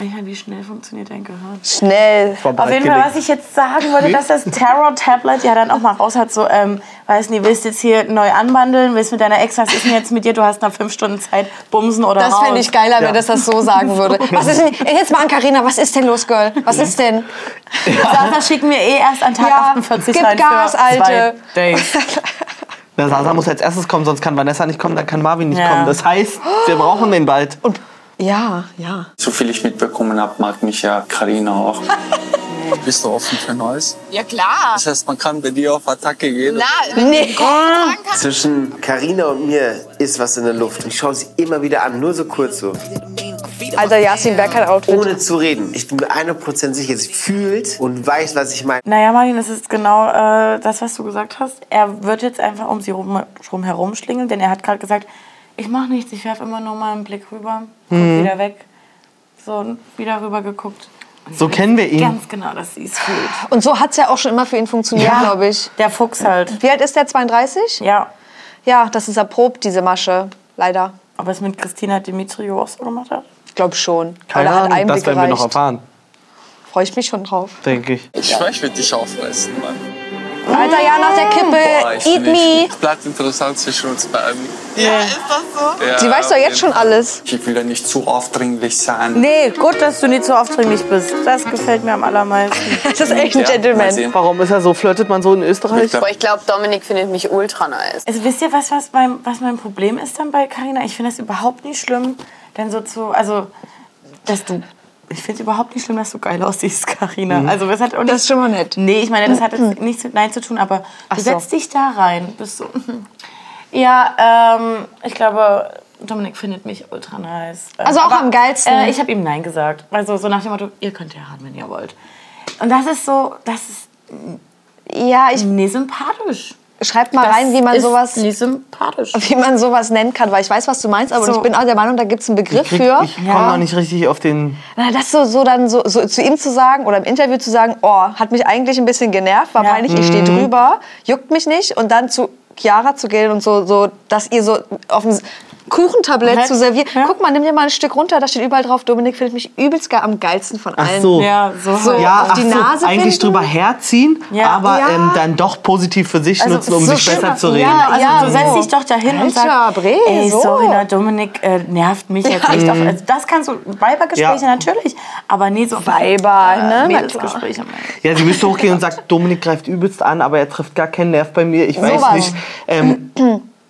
[SPEAKER 2] manchmal, wie schnell funktioniert dein Gehirn?
[SPEAKER 1] Schnell.
[SPEAKER 3] War
[SPEAKER 2] Auf jeden Fall,
[SPEAKER 3] bereitgelegt.
[SPEAKER 2] was ich jetzt sagen
[SPEAKER 3] Hm?
[SPEAKER 2] wollte, dass das Tarot-Tablet ja dann auch mal raus hat, so, ähm, weiß nicht, willst jetzt hier neu anbandeln, willst mit deiner Ex, was ist denn jetzt mit dir, du hast nach fünf Stunden Zeit, bumsen oder
[SPEAKER 1] Das
[SPEAKER 2] raus.
[SPEAKER 1] fände ich geiler, wenn das das so sagen würde. Was ist denn, Ey, jetzt mal an Carina, was ist denn los, Girl? Was ist denn?
[SPEAKER 2] Sasa schicken wir eh erst an Tag
[SPEAKER 1] Ja,
[SPEAKER 2] 48
[SPEAKER 1] gib
[SPEAKER 2] rein
[SPEAKER 1] Gas,
[SPEAKER 2] für
[SPEAKER 1] Alte.
[SPEAKER 2] zwei Days.
[SPEAKER 3] Na, Sasa muss als erstes kommen, sonst kann Vanessa nicht kommen, dann kann Marvin nicht
[SPEAKER 2] Ja.
[SPEAKER 3] kommen. Das heißt, wir brauchen den bald. Und
[SPEAKER 1] <laughs> Ja, ja.
[SPEAKER 8] So viel ich mitbekommen habe, mag mich ja Karina auch. <laughs> Bist du offen für Neues?
[SPEAKER 5] Ja
[SPEAKER 1] Ah.
[SPEAKER 5] klar.
[SPEAKER 8] Das heißt, man kann bei dir auf Attacke gehen.
[SPEAKER 5] Na, wenn nee.
[SPEAKER 1] Oh
[SPEAKER 5] du fragen kannst,
[SPEAKER 6] Zwischen Karina und mir ist was in der Luft. Und ich schaue sie immer wieder an, nur so kurz so.
[SPEAKER 1] Alter, Yasin Berg hat Outfit.
[SPEAKER 6] Ohne zu reden. Ich bin mir 100% sicher, sie fühlt und weiß, was ich meine.
[SPEAKER 2] Naja, Martin, das ist genau äh, das, was du gesagt hast. Er wird jetzt einfach um sie rum, rum herumschlingeln, denn er hat gerade gesagt, ich mache nichts, ich werfe immer nur mal einen Blick rüber, guck
[SPEAKER 3] Mhm.
[SPEAKER 2] wieder weg. So, und wieder rüber geguckt. Und
[SPEAKER 3] so
[SPEAKER 2] ich
[SPEAKER 3] kennen wir
[SPEAKER 2] weiß
[SPEAKER 3] ihn.
[SPEAKER 2] Ganz genau, dass sie es fühlt.
[SPEAKER 1] Oh. Und so hat es ja auch schon immer für ihn funktioniert, glaube ich.
[SPEAKER 2] Ah. Der Fuchs halt.
[SPEAKER 1] Wie alt ist der? 32?
[SPEAKER 2] Ja.
[SPEAKER 1] Ja, das ist erprobt, diese Masche. Leider.
[SPEAKER 2] Ob er es mit Christina Dimitrio auch so gemacht hat?
[SPEAKER 1] Ich glaube schon.
[SPEAKER 3] Keine
[SPEAKER 1] Oder hat
[SPEAKER 3] Ahnung,
[SPEAKER 1] Einblick
[SPEAKER 3] das werden wir noch
[SPEAKER 1] gereicht.
[SPEAKER 3] erfahren,
[SPEAKER 1] Freue ich mich schon drauf.
[SPEAKER 3] denke ich.
[SPEAKER 8] Ich schwör, ich würde dich auffressen, Mann. Ah,
[SPEAKER 1] Alter, ja, nach der Kippe.
[SPEAKER 8] ich
[SPEAKER 1] Äh, Eat
[SPEAKER 8] find
[SPEAKER 1] me.
[SPEAKER 8] nicht- Es bleibt interessant zwischen uns beiden. Ja, ist das so?
[SPEAKER 1] Sie weiß doch jetzt schon alles.
[SPEAKER 8] Ich will ja nicht zu aufdringlich sein.
[SPEAKER 2] Nee, gut, dass du nicht so aufdringlich bist. Das gefällt mir am allermeisten.
[SPEAKER 1] Das ist echt ein
[SPEAKER 8] Ja, mal
[SPEAKER 1] Gentleman.
[SPEAKER 8] sehen.
[SPEAKER 3] Warum ist er so? Flirtet man so in Österreich?
[SPEAKER 8] Mit
[SPEAKER 4] Boah, ich glaube, Dominik findet mich ultra nice.
[SPEAKER 2] Also wisst ihr, was, was, mein, was mein Problem ist dann bei Carina? Ich finde das überhaupt nicht schlimm, denn so zu, also, dass du, ich finde es überhaupt nicht schlimm, dass du geil aussiehst, Carina. Also das hat auch
[SPEAKER 1] Mhm. Das ist schon mal nett. Mhm.
[SPEAKER 2] Nee, ich meine, das hat jetzt nichts mit Nein zu tun, aber du
[SPEAKER 1] so.
[SPEAKER 2] setzt dich da rein, bist so. mhm. Ja, ähm, ich glaube, Dominik findet mich ultra nice. Ähm,
[SPEAKER 1] Also auch am geilsten.
[SPEAKER 2] Äh, ich habe ihm Nein gesagt. Also so nach dem Motto, ihr könnt ja haben, wenn ihr wollt. Und das ist so, das ist
[SPEAKER 1] Ja, ich
[SPEAKER 2] nee, sympathisch.
[SPEAKER 1] schreibt mal rein, wie man
[SPEAKER 2] ist
[SPEAKER 1] sowas.
[SPEAKER 2] Nee, sympathisch.
[SPEAKER 1] <laughs> Wie man sowas nennen kann, weil ich weiß, was du meinst, aber
[SPEAKER 2] So.
[SPEAKER 1] ich bin auch der Meinung, da gibt es einen Begriff
[SPEAKER 3] Krieg-
[SPEAKER 1] für.
[SPEAKER 3] Ich komme noch nicht richtig auf den.
[SPEAKER 1] Na, das so, so dann so, so zu ihm zu sagen oder im Interview zu sagen, oh, hat mich eigentlich ein bisschen genervt, war
[SPEAKER 2] Ja.
[SPEAKER 1] peinlich, ich stehe
[SPEAKER 3] Mhm.
[SPEAKER 1] drüber, juckt mich nicht und dann zu Chiara zu gehen und so, so dass ihr so auf dem Kuchentablett
[SPEAKER 2] Halt,
[SPEAKER 1] zu servieren.
[SPEAKER 2] ja.
[SPEAKER 1] Guck mal, nimm dir mal ein Stück runter, da steht überall drauf, Dominik findet mich übelst geil am geilsten von
[SPEAKER 3] Ach
[SPEAKER 1] allen.
[SPEAKER 3] so.
[SPEAKER 2] Ja, so.
[SPEAKER 1] So.
[SPEAKER 2] halt.
[SPEAKER 3] Ja,
[SPEAKER 1] auf
[SPEAKER 3] ach
[SPEAKER 1] die
[SPEAKER 3] so,
[SPEAKER 1] Nase binden?
[SPEAKER 3] eigentlich drüber herziehen,
[SPEAKER 2] Ja.
[SPEAKER 3] aber
[SPEAKER 1] Ja. Also,
[SPEAKER 3] Ähm, dann doch positiv für sich nutzen, um sich
[SPEAKER 1] schlimm.
[SPEAKER 3] besser zu reden.
[SPEAKER 1] Ja,
[SPEAKER 2] Also
[SPEAKER 1] ja,
[SPEAKER 2] du setzt dich doch dahin und
[SPEAKER 1] Alter,
[SPEAKER 2] sagst,
[SPEAKER 1] Bre,
[SPEAKER 2] ey,
[SPEAKER 1] so.
[SPEAKER 2] sorry, na, Dominik äh, nervt mich jetzt echt. Auf, also das kannst du, Weibergespräche
[SPEAKER 3] Mhm. Ja.
[SPEAKER 2] natürlich, aber nee, so
[SPEAKER 1] Weiber, ne? Na
[SPEAKER 2] Mädelsgespräche. meine ich.
[SPEAKER 3] Ja, sie müsste hochgehen und sagt, Dominik greift übelst an, aber er trifft gar keinen Nerv bei mir. Ich weiß
[SPEAKER 1] Sowas.
[SPEAKER 3] nicht. Ähm,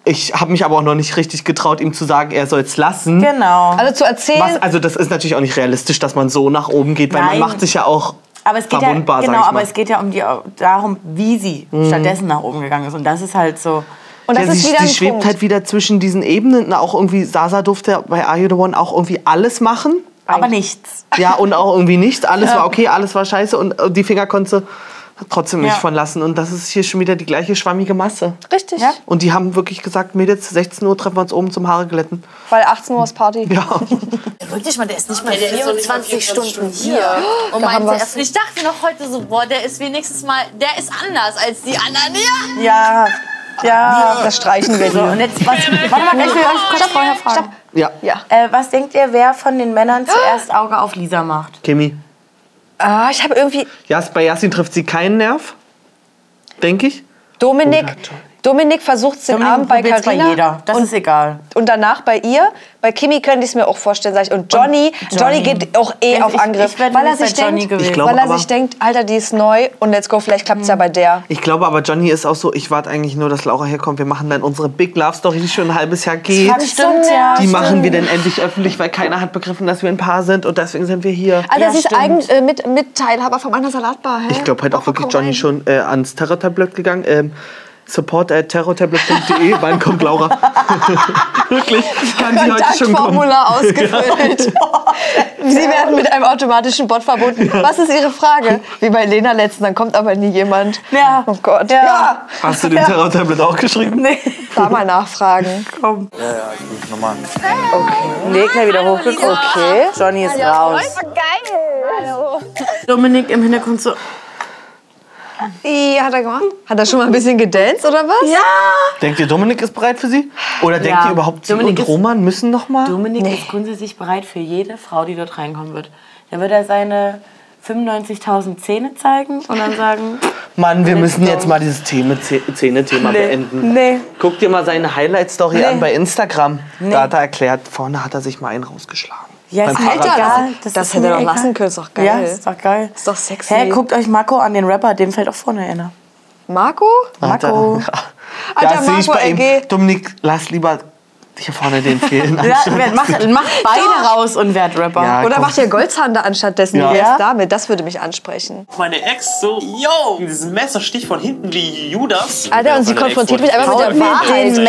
[SPEAKER 3] ich habe mich aber auch noch nicht richtig getraut, ihm zu sagen, er soll es lassen.
[SPEAKER 2] Genau.
[SPEAKER 1] Also zu erzählen,
[SPEAKER 3] Was, also das ist natürlich auch nicht realistisch, dass man so nach oben geht, weil
[SPEAKER 2] Nein.
[SPEAKER 3] man macht sich ja auch
[SPEAKER 2] Aber es geht ja,
[SPEAKER 3] verwundbar,
[SPEAKER 2] genau,
[SPEAKER 3] sag ich mal. Mhm.
[SPEAKER 2] aber es geht ja um die, darum, wie sie stattdessen nach oben gegangen ist. Und das ist halt so.
[SPEAKER 1] und das
[SPEAKER 3] ja,
[SPEAKER 1] ist
[SPEAKER 3] sie,
[SPEAKER 1] wieder
[SPEAKER 3] sie
[SPEAKER 1] ein
[SPEAKER 3] schwebt
[SPEAKER 1] Punkt.
[SPEAKER 3] halt wieder zwischen diesen Ebenen. Na, auch irgendwie, Sasa durfte bei Are You The One auch irgendwie alles machen.
[SPEAKER 2] Aber nichts.
[SPEAKER 3] Ja, und auch irgendwie nichts. Alles war okay, alles war scheiße und äh, die Finger konnte sie trotzdem nicht
[SPEAKER 2] Ja.
[SPEAKER 3] von lassen. Und das ist hier schon wieder die gleiche schwammige Masse.
[SPEAKER 1] Richtig,
[SPEAKER 2] Ja.
[SPEAKER 3] Und die haben wirklich gesagt, Mädels, 16 Uhr treffen wir uns oben zum Haare glätten.
[SPEAKER 1] weil 18 Uhr ist Party.
[SPEAKER 3] <laughs> Ja.
[SPEAKER 9] Wirklich mal, der ist nicht mal 24 Stunden hier.
[SPEAKER 2] Oh,
[SPEAKER 9] Und
[SPEAKER 1] haben
[SPEAKER 9] meinte
[SPEAKER 1] wir's.
[SPEAKER 9] erst, ich dachte mir noch heute so, boah, der ist wenigstens mal, der ist anders als die anderen. Ja.
[SPEAKER 2] Ja. Ja.
[SPEAKER 1] Das streichen wir
[SPEAKER 2] So,
[SPEAKER 1] dir.
[SPEAKER 2] und jetzt, was, warte mal, ich will euch kurz vorher fragen.
[SPEAKER 3] Ja.
[SPEAKER 1] Ja.
[SPEAKER 2] Äh, was denkt ihr, wer von den Männern zuerst Auge auf Lisa macht?
[SPEAKER 3] Kimi.
[SPEAKER 1] Ah, ich habe irgendwie
[SPEAKER 3] Jas, bei Yasin trifft sie keinen Nerv. Denke ich. Oh,
[SPEAKER 1] Dominik. Dominik versucht es den Abend bei
[SPEAKER 2] probiert's bei
[SPEAKER 1] Carina
[SPEAKER 2] jeder. Das ist egal.
[SPEAKER 1] und danach bei ihr. Bei Kimi könnte ich es mir auch vorstellen, sag ich. Und Johnny,
[SPEAKER 2] Und
[SPEAKER 1] Johnny,
[SPEAKER 2] Johnny.
[SPEAKER 1] geht auch eh
[SPEAKER 2] Ich-
[SPEAKER 1] auf
[SPEAKER 2] ich-
[SPEAKER 1] Angriff,
[SPEAKER 2] ich wär
[SPEAKER 1] weil er
[SPEAKER 2] nämlich bei
[SPEAKER 1] sich
[SPEAKER 2] Johnny
[SPEAKER 1] denkt,
[SPEAKER 2] gewesen. Hm.
[SPEAKER 3] Ich glaub
[SPEAKER 1] weil er
[SPEAKER 3] aber-
[SPEAKER 1] sich denkt, Alter, die ist neu und let's go, vielleicht klappt es ja bei der.
[SPEAKER 3] Ich glaube aber, Johnny ist auch so, ich warte eigentlich nur, dass Laura herkommt. Wir machen dann unsere Big Love Story, die schon ein halbes Jahr geht.
[SPEAKER 2] Das stimmt, ja.
[SPEAKER 3] Die machen wir dann endlich öffentlich, weil keiner hat begriffen, dass wir ein Paar sind und deswegen sind wir
[SPEAKER 2] Also
[SPEAKER 3] hier.
[SPEAKER 1] Alter, sie ist
[SPEAKER 2] stimmt.
[SPEAKER 1] eigen, äh, mit, Mitteilhaber von einer Salatbar. Hä?
[SPEAKER 3] Ich glaube, heute auch
[SPEAKER 1] Komm,
[SPEAKER 3] wirklich
[SPEAKER 1] komm
[SPEAKER 3] Johnny
[SPEAKER 1] rein.
[SPEAKER 3] schon äh, ans Terror-Tablet gegangen. Ähm, support
[SPEAKER 1] <laughs>
[SPEAKER 3] at terrortablet.de. Wann kommt Laura? wirklich, kann sie heute schon <laughs> kommen.
[SPEAKER 1] Kontaktformular ausgefüllt. <laughs> Sie werden mit einem automatischen Bot verbunden. Was ist Ihre Frage? Wie bei Lena letztens, dann kommt aber nie jemand.
[SPEAKER 2] Ja.
[SPEAKER 1] Oh Gott.
[SPEAKER 2] Ja.
[SPEAKER 1] Ja.
[SPEAKER 3] Hast du den Terror-Tablet auch geschrieben? Nee.
[SPEAKER 1] Da mal nachfragen.
[SPEAKER 8] Ja, ja, ich bin normal.
[SPEAKER 2] Legner wieder hochgeguckt.
[SPEAKER 1] Okay.
[SPEAKER 2] Johnny ist raus.
[SPEAKER 4] Geil.
[SPEAKER 2] Dominik im Hintergrund so.
[SPEAKER 1] Ja, hat er gemacht. Hat er schon mal ein bisschen gedanced oder was? Ja.
[SPEAKER 3] Denkt ihr, Dominik ist bereit für sie? Oder denkt
[SPEAKER 2] Ja.
[SPEAKER 3] ihr überhaupt, sie
[SPEAKER 2] Dominik
[SPEAKER 3] und
[SPEAKER 2] ist-
[SPEAKER 3] Roman müssen noch mal?
[SPEAKER 2] Dominik ist grundsätzlich bereit für jede Frau, die dort reinkommen wird. Da wird er seine 95.000 Zähne zeigen und dann <laughs> sagen,
[SPEAKER 3] Mann, wir müssen
[SPEAKER 2] go.
[SPEAKER 3] jetzt mal dieses Thema- Zäh- Zähne-Thema beenden.
[SPEAKER 1] Nee.
[SPEAKER 3] Guck dir mal seine Highlight-Story an bei Instagram. Da hat er erklärt, vorne hat er sich mal einen rausgeschlagen.
[SPEAKER 2] ja,
[SPEAKER 3] Beim
[SPEAKER 2] ist mir
[SPEAKER 3] Fahrrad-
[SPEAKER 1] Alter,
[SPEAKER 2] egal,
[SPEAKER 1] das- das hätte
[SPEAKER 2] mir
[SPEAKER 1] er doch lassen können, ist doch geil.
[SPEAKER 2] Ja, ist doch geil.
[SPEAKER 1] Ist doch sexy.
[SPEAKER 2] Hä, guckt euch Marco an, den Rapper, dem fällt auch vorne einer.
[SPEAKER 1] Marco?
[SPEAKER 3] Alter, <laughs>
[SPEAKER 2] Marco.
[SPEAKER 3] ja.
[SPEAKER 1] Alter,
[SPEAKER 3] das sehe ich
[SPEAKER 1] Marco,
[SPEAKER 3] bei
[SPEAKER 1] LG.
[SPEAKER 3] ihm. Dominik, lass lieber hier vorne den
[SPEAKER 1] <laughs>
[SPEAKER 3] fehlen.
[SPEAKER 2] Ja,
[SPEAKER 3] anstatt-
[SPEAKER 2] wer- mach, mach beide raus und werd Rapper.
[SPEAKER 3] Ja,
[SPEAKER 1] Oder
[SPEAKER 3] Ah, komm.
[SPEAKER 1] macht ihr Goldzahn da anstatt dessen?
[SPEAKER 3] Ja.
[SPEAKER 1] Wie wär's
[SPEAKER 2] Ja.
[SPEAKER 1] damit? Das würde mich ansprechen.
[SPEAKER 10] Meine Ex so, yo, dieses Messerstich von hinten wie Judas.
[SPEAKER 1] Alter, und sie konfrontiert mich einfach mit der
[SPEAKER 2] Mit
[SPEAKER 1] Wahrheit.
[SPEAKER 2] dem
[SPEAKER 1] Geht's noch?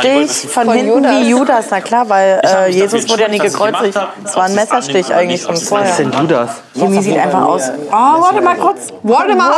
[SPEAKER 2] Messerstich von,
[SPEAKER 1] Von
[SPEAKER 2] hinten
[SPEAKER 1] Judas.
[SPEAKER 2] wie Judas, na klar, weil
[SPEAKER 10] Ich hab
[SPEAKER 2] äh,
[SPEAKER 10] mich
[SPEAKER 2] Jesus
[SPEAKER 10] dafür
[SPEAKER 2] wurde ja nie
[SPEAKER 10] entschuldigt, dass ich's
[SPEAKER 2] gekreuzigt.
[SPEAKER 10] gemacht hab.
[SPEAKER 2] Es war ein
[SPEAKER 10] Ob sie's
[SPEAKER 2] Messerstich
[SPEAKER 10] annehmen oder
[SPEAKER 2] eigentlich
[SPEAKER 10] nicht,
[SPEAKER 2] von
[SPEAKER 10] ob sie's annehmen.
[SPEAKER 3] Was ist
[SPEAKER 2] vorher.
[SPEAKER 3] denn Judas?
[SPEAKER 2] Kimi sieht einfach aus. Oh, warte mal kurz.
[SPEAKER 1] Warte mal.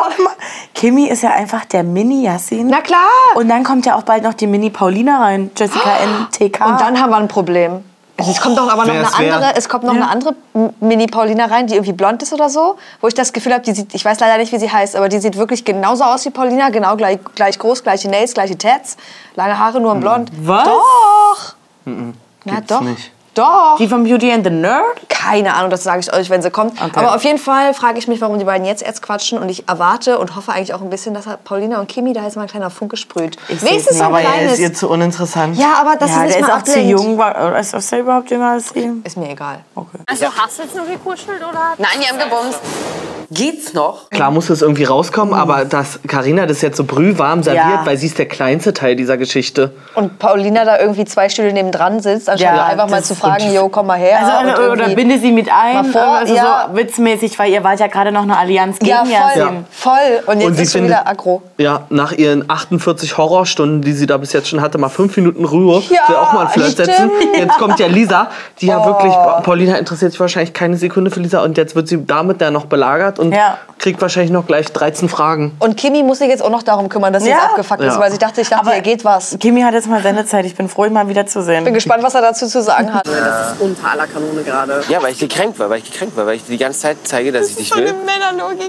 [SPEAKER 2] Kimi ist ja einfach der Mini-Yassin.
[SPEAKER 1] Na klar.
[SPEAKER 2] Und dann kommt ja auch bald noch die Mini-Paulina rein. Jessica NTK.
[SPEAKER 1] Und dann haben wir ein Problem. Also es kommt doch aber noch
[SPEAKER 3] Wer
[SPEAKER 1] eine
[SPEAKER 3] ist wer?
[SPEAKER 1] andere, es kommt noch eine andere Mini-Paulina rein, die irgendwie blond ist oder so, wo ich das Gefühl habe, die sieht, ich weiß leider nicht, wie sie heißt, aber die sieht wirklich genauso aus wie Paulina, genau gleich, gleich groß, gleiche Nails, gleiche Tats, lange Haare, nur in blond.
[SPEAKER 2] Was?
[SPEAKER 1] Doch! Na
[SPEAKER 3] gibt's
[SPEAKER 1] doch.
[SPEAKER 3] nicht.
[SPEAKER 1] Doch!
[SPEAKER 2] die von Beauty and the Nerd?
[SPEAKER 1] Keine Ahnung, das sage ich euch, wenn sie kommt. Aber auf jeden Fall frage ich mich, warum die beiden jetzt erst quatschen und ich erwarte und hoffe eigentlich auch ein bisschen, dass Paulina und Kimi da jetzt mal ein kleiner Funke sprüht. Wenigstens so ein
[SPEAKER 3] Aber er ist
[SPEAKER 1] kleines.
[SPEAKER 3] ihr zu uninteressant.
[SPEAKER 1] Ja, aber das ist
[SPEAKER 2] ja, der
[SPEAKER 1] nicht
[SPEAKER 2] ist
[SPEAKER 1] mal
[SPEAKER 2] auch zu
[SPEAKER 1] ablenkt.
[SPEAKER 2] jung. War- Ist ist der überhaupt jünger als sie?
[SPEAKER 1] Ist mir egal.
[SPEAKER 4] Also hast du jetzt nur gekuschelt oder? Nein, die haben gebumst.
[SPEAKER 5] Geht's noch?
[SPEAKER 3] Klar muss es irgendwie rauskommen,
[SPEAKER 1] Hm.
[SPEAKER 3] aber dass Carina das jetzt so brühwarm serviert,
[SPEAKER 2] Ja.
[SPEAKER 3] weil sie ist der kleinste Teil dieser Geschichte.
[SPEAKER 1] Und Paulina da irgendwie zwei Stühle nebendran sitzt, anstatt
[SPEAKER 2] Ja,
[SPEAKER 1] einfach mal
[SPEAKER 2] das-
[SPEAKER 1] zu fragen, jo, komm mal her. und
[SPEAKER 2] Also, oder, oder
[SPEAKER 1] irgendwie-
[SPEAKER 2] binde sie mit
[SPEAKER 1] Mal
[SPEAKER 2] ein,
[SPEAKER 1] vor,
[SPEAKER 2] also
[SPEAKER 1] ja.
[SPEAKER 2] so witzmäßig, weil ihr wart ja gerade noch eine Allianz gegen
[SPEAKER 1] Ja, voll,
[SPEAKER 2] Yassin.
[SPEAKER 1] voll. Und jetzt
[SPEAKER 3] Und sie
[SPEAKER 1] ist sie
[SPEAKER 3] findet-
[SPEAKER 1] wieder aggro.
[SPEAKER 3] Ja, nach ihren 48 Horrorstunden, die sie da bis jetzt schon hatte, mal fünf Minuten Ruhe,
[SPEAKER 1] Ja,
[SPEAKER 3] will auch mal einen Flirt setzen.
[SPEAKER 1] stimmt. Oh.
[SPEAKER 3] Jetzt kommt ja Lisa, die ja wirklich, Paulina interessiert sich wahrscheinlich keine Sekunde für Lisa und jetzt wird sie damit dann noch belagert und
[SPEAKER 2] Ja.
[SPEAKER 3] kriegt wahrscheinlich noch gleich 13 Fragen.
[SPEAKER 1] Und Kimi muss sich jetzt auch noch darum kümmern, dass sie
[SPEAKER 2] Ja.
[SPEAKER 1] jetzt abgefuckt ist,
[SPEAKER 3] Ja.
[SPEAKER 1] weil sie dachte, ich dachte, ihr geht was. Ich
[SPEAKER 2] Kimi hat jetzt mal Sendezeit. Ich bin froh, ihn mal wiederzusehen.
[SPEAKER 1] bin gespannt, was er dazu zu sagen hat.
[SPEAKER 5] Unter aller Kanone gerade.
[SPEAKER 6] Ja, weil ich gekränkt war, weil ich gekränkt war, weil ich die ganze Zeit zeige, dass ich dich will.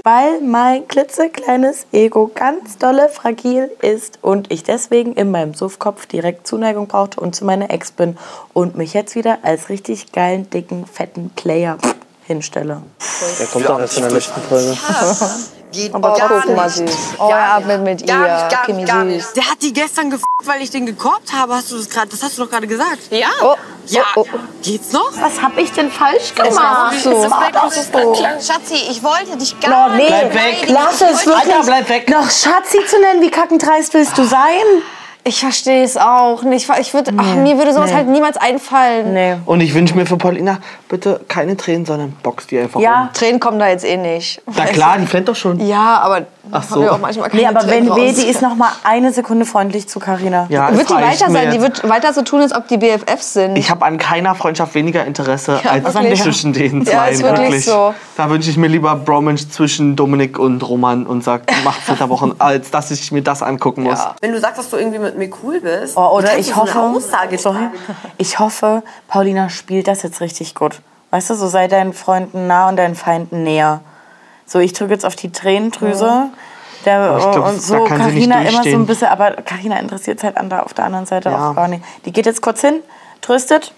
[SPEAKER 2] Weil mein klitzekleines Ego ganz dolle fragil ist und ich deswegen in meinem Suffkopf direkt Zuneigung brauchte und zu meiner Ex bin und mich jetzt wieder als richtig geilen, dicken, fetten Player hinstelle.
[SPEAKER 3] Der kommt doch jetzt in der letzten Folge.
[SPEAKER 5] Geht
[SPEAKER 1] Aber
[SPEAKER 5] gar
[SPEAKER 1] Oh, guck
[SPEAKER 5] nicht.
[SPEAKER 1] mal süß. Oh, er atmet mit
[SPEAKER 5] Gar
[SPEAKER 1] ihr.
[SPEAKER 5] nicht, gar
[SPEAKER 1] Kimi
[SPEAKER 5] nicht, gar
[SPEAKER 1] süß.
[SPEAKER 5] nicht. Der hat die gestern gefickt, weil ich den gekorbt habe. Hast du das gerade? Das hast du doch gerade gesagt. Ja.
[SPEAKER 1] Oh,
[SPEAKER 5] Ja.
[SPEAKER 1] oh,
[SPEAKER 5] Geht's noch?
[SPEAKER 2] Was hab ich denn falsch
[SPEAKER 1] Es war so.
[SPEAKER 9] Schatzi, ich wollte dich gar
[SPEAKER 2] nee,
[SPEAKER 9] nicht.
[SPEAKER 3] Bleib weg.
[SPEAKER 2] lass es wirklich.
[SPEAKER 3] Alter, bleib weg.
[SPEAKER 2] Noch Schatzi zu nennen, wie kackendreist willst du sein?
[SPEAKER 1] Ich verstehe es auch nicht. Ich würde, ach, mir würde sowas halt niemals einfallen.
[SPEAKER 2] Nee.
[SPEAKER 3] Und ich wünsche mir für Paulina bitte keine Tränen, sondern box die einfach
[SPEAKER 2] Ja.
[SPEAKER 3] um.
[SPEAKER 1] Tränen kommen da jetzt eh nicht.
[SPEAKER 3] Na klar, die flennt doch
[SPEAKER 1] <laughs>
[SPEAKER 3] schon.
[SPEAKER 1] Ja, aber
[SPEAKER 3] Ach so.
[SPEAKER 1] haben wir auch manchmal keine
[SPEAKER 2] Nee, aber
[SPEAKER 1] Tränen
[SPEAKER 2] wenn weh,
[SPEAKER 1] raus.
[SPEAKER 2] die ist noch mal eine Sekunde freundlich zu Carina.
[SPEAKER 3] Ja, es
[SPEAKER 1] Wird die
[SPEAKER 3] reicht
[SPEAKER 1] weiter
[SPEAKER 3] mir
[SPEAKER 1] sein?
[SPEAKER 3] jetzt.
[SPEAKER 1] Die wird weiter so tun, als ob die BFFs sind.
[SPEAKER 3] Ich habe an keiner Freundschaft weniger Interesse als
[SPEAKER 1] wirklich.
[SPEAKER 3] zwischen den
[SPEAKER 1] Ja,
[SPEAKER 3] zwei.
[SPEAKER 1] ist wirklich so.
[SPEAKER 3] Da wünsche ich mir lieber Bromance zwischen Dominik und Roman und sag, macht
[SPEAKER 1] <laughs>
[SPEAKER 3] Flitterwochen, als dass ich mir das angucken muss.
[SPEAKER 5] Wenn du sagst, dass du irgendwie mit mir cool bist,
[SPEAKER 2] Oh,
[SPEAKER 5] wie
[SPEAKER 2] oder ich
[SPEAKER 5] kannst du so eine
[SPEAKER 2] hoffe,
[SPEAKER 5] Aussage
[SPEAKER 2] sorry,
[SPEAKER 5] tragen?
[SPEAKER 2] ich hoffe, Paulina spielt das jetzt richtig gut. Weißt du, so sei deinen Freunden nah und deinen Feinden näher. So, ich drücke jetzt auf die Tränendrüse. Der,
[SPEAKER 3] ich glaub,
[SPEAKER 2] und so
[SPEAKER 3] da kann sie nicht
[SPEAKER 2] Carina immer so
[SPEAKER 3] durchstehen.
[SPEAKER 2] ein bisschen, aber Carina interessiert es halt an der, auf der anderen Seite
[SPEAKER 3] Ja.
[SPEAKER 2] auch gar nicht. Die geht jetzt kurz hin, tröstet,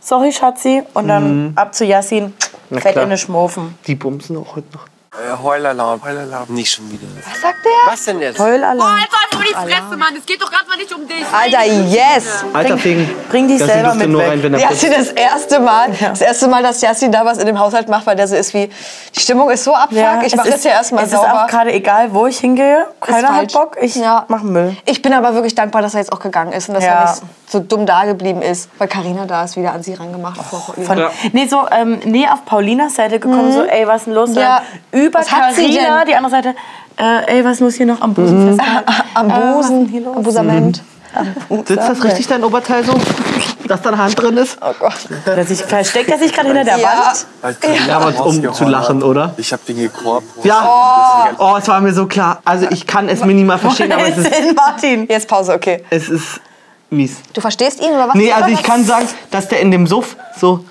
[SPEAKER 2] sorry Schatzi, und dann ab zu Yassin,
[SPEAKER 3] Mhm. Na
[SPEAKER 2] fett
[SPEAKER 3] klar.
[SPEAKER 2] in die Schmofen.
[SPEAKER 3] Die bumsen auch heute noch.
[SPEAKER 6] Äh, Heulalarm, Heulalarm. Nicht schon wieder.
[SPEAKER 1] Was sagt der?
[SPEAKER 6] Was denn jetzt?
[SPEAKER 1] Oh,
[SPEAKER 2] Heulalarm.
[SPEAKER 4] Einfach nur die Fresse, Mann. Es geht doch gerade mal nicht um dich.
[SPEAKER 1] Alter, yes!
[SPEAKER 3] Alter, wegen.
[SPEAKER 2] bring dich
[SPEAKER 3] Yassin
[SPEAKER 2] selber
[SPEAKER 3] durfte
[SPEAKER 2] mit
[SPEAKER 3] nur
[SPEAKER 2] weg.
[SPEAKER 3] rein, wenn er
[SPEAKER 1] Yassin, das erste Mal, das erste Mal, dass Yassin da was in dem Haushalt macht, weil der so ist wie, die Stimmung ist so abfuck, ich
[SPEAKER 2] es
[SPEAKER 1] mache
[SPEAKER 2] ist-
[SPEAKER 1] jetzt hier erstmal
[SPEAKER 2] Es
[SPEAKER 1] sauber.
[SPEAKER 2] ist auch gerade egal, wo ich hingehe. Keiner hat
[SPEAKER 1] falsch.
[SPEAKER 2] Bock, ich
[SPEAKER 1] Ja.
[SPEAKER 2] mach Müll.
[SPEAKER 1] Ich bin aber wirklich dankbar, dass er jetzt auch gegangen ist und dass
[SPEAKER 2] Ja.
[SPEAKER 1] er nicht so dumm da geblieben ist, weil Karina da ist, wieder an sie rangemacht.
[SPEAKER 2] Oh, Von,
[SPEAKER 3] Ja.
[SPEAKER 2] Nee, so, ähm, nee, auf Paulinas Seite gekommen, so, ey, was ist denn los? Und
[SPEAKER 1] Mhm. Ja.
[SPEAKER 2] Dann über
[SPEAKER 1] Was hat sie denn?
[SPEAKER 2] Carina,
[SPEAKER 1] Mhm.
[SPEAKER 2] die andere Seite, äh, ey, was muss hier noch am Busen festhalten?
[SPEAKER 1] <laughs> Ah, am
[SPEAKER 2] Äh, was ist denn
[SPEAKER 1] Busen,
[SPEAKER 2] hier los?
[SPEAKER 1] am Busament.
[SPEAKER 3] Mhm. Sitzt das richtig dein Oberteil so, dass da eine Hand drin ist?
[SPEAKER 1] Oh Gott.
[SPEAKER 2] Dass ich versteckt, dass ich gerade hinter der
[SPEAKER 1] Ja.
[SPEAKER 2] Wand.
[SPEAKER 3] Ja, aber um zu lachen, oder?
[SPEAKER 8] Ich hab den gekorbt.
[SPEAKER 3] Ja. Oh. es war mir so klar. Also ich kann es minimal verstehen, aber Genau,
[SPEAKER 2] <laughs>
[SPEAKER 3] es
[SPEAKER 2] Ist
[SPEAKER 3] ist,
[SPEAKER 2] in Martin.
[SPEAKER 1] Jetzt Pause, okay.
[SPEAKER 3] es ist mies. also
[SPEAKER 1] Du verstehst ihn oder was?
[SPEAKER 3] Nee, also ich kann sagen, dass der in dem Suff so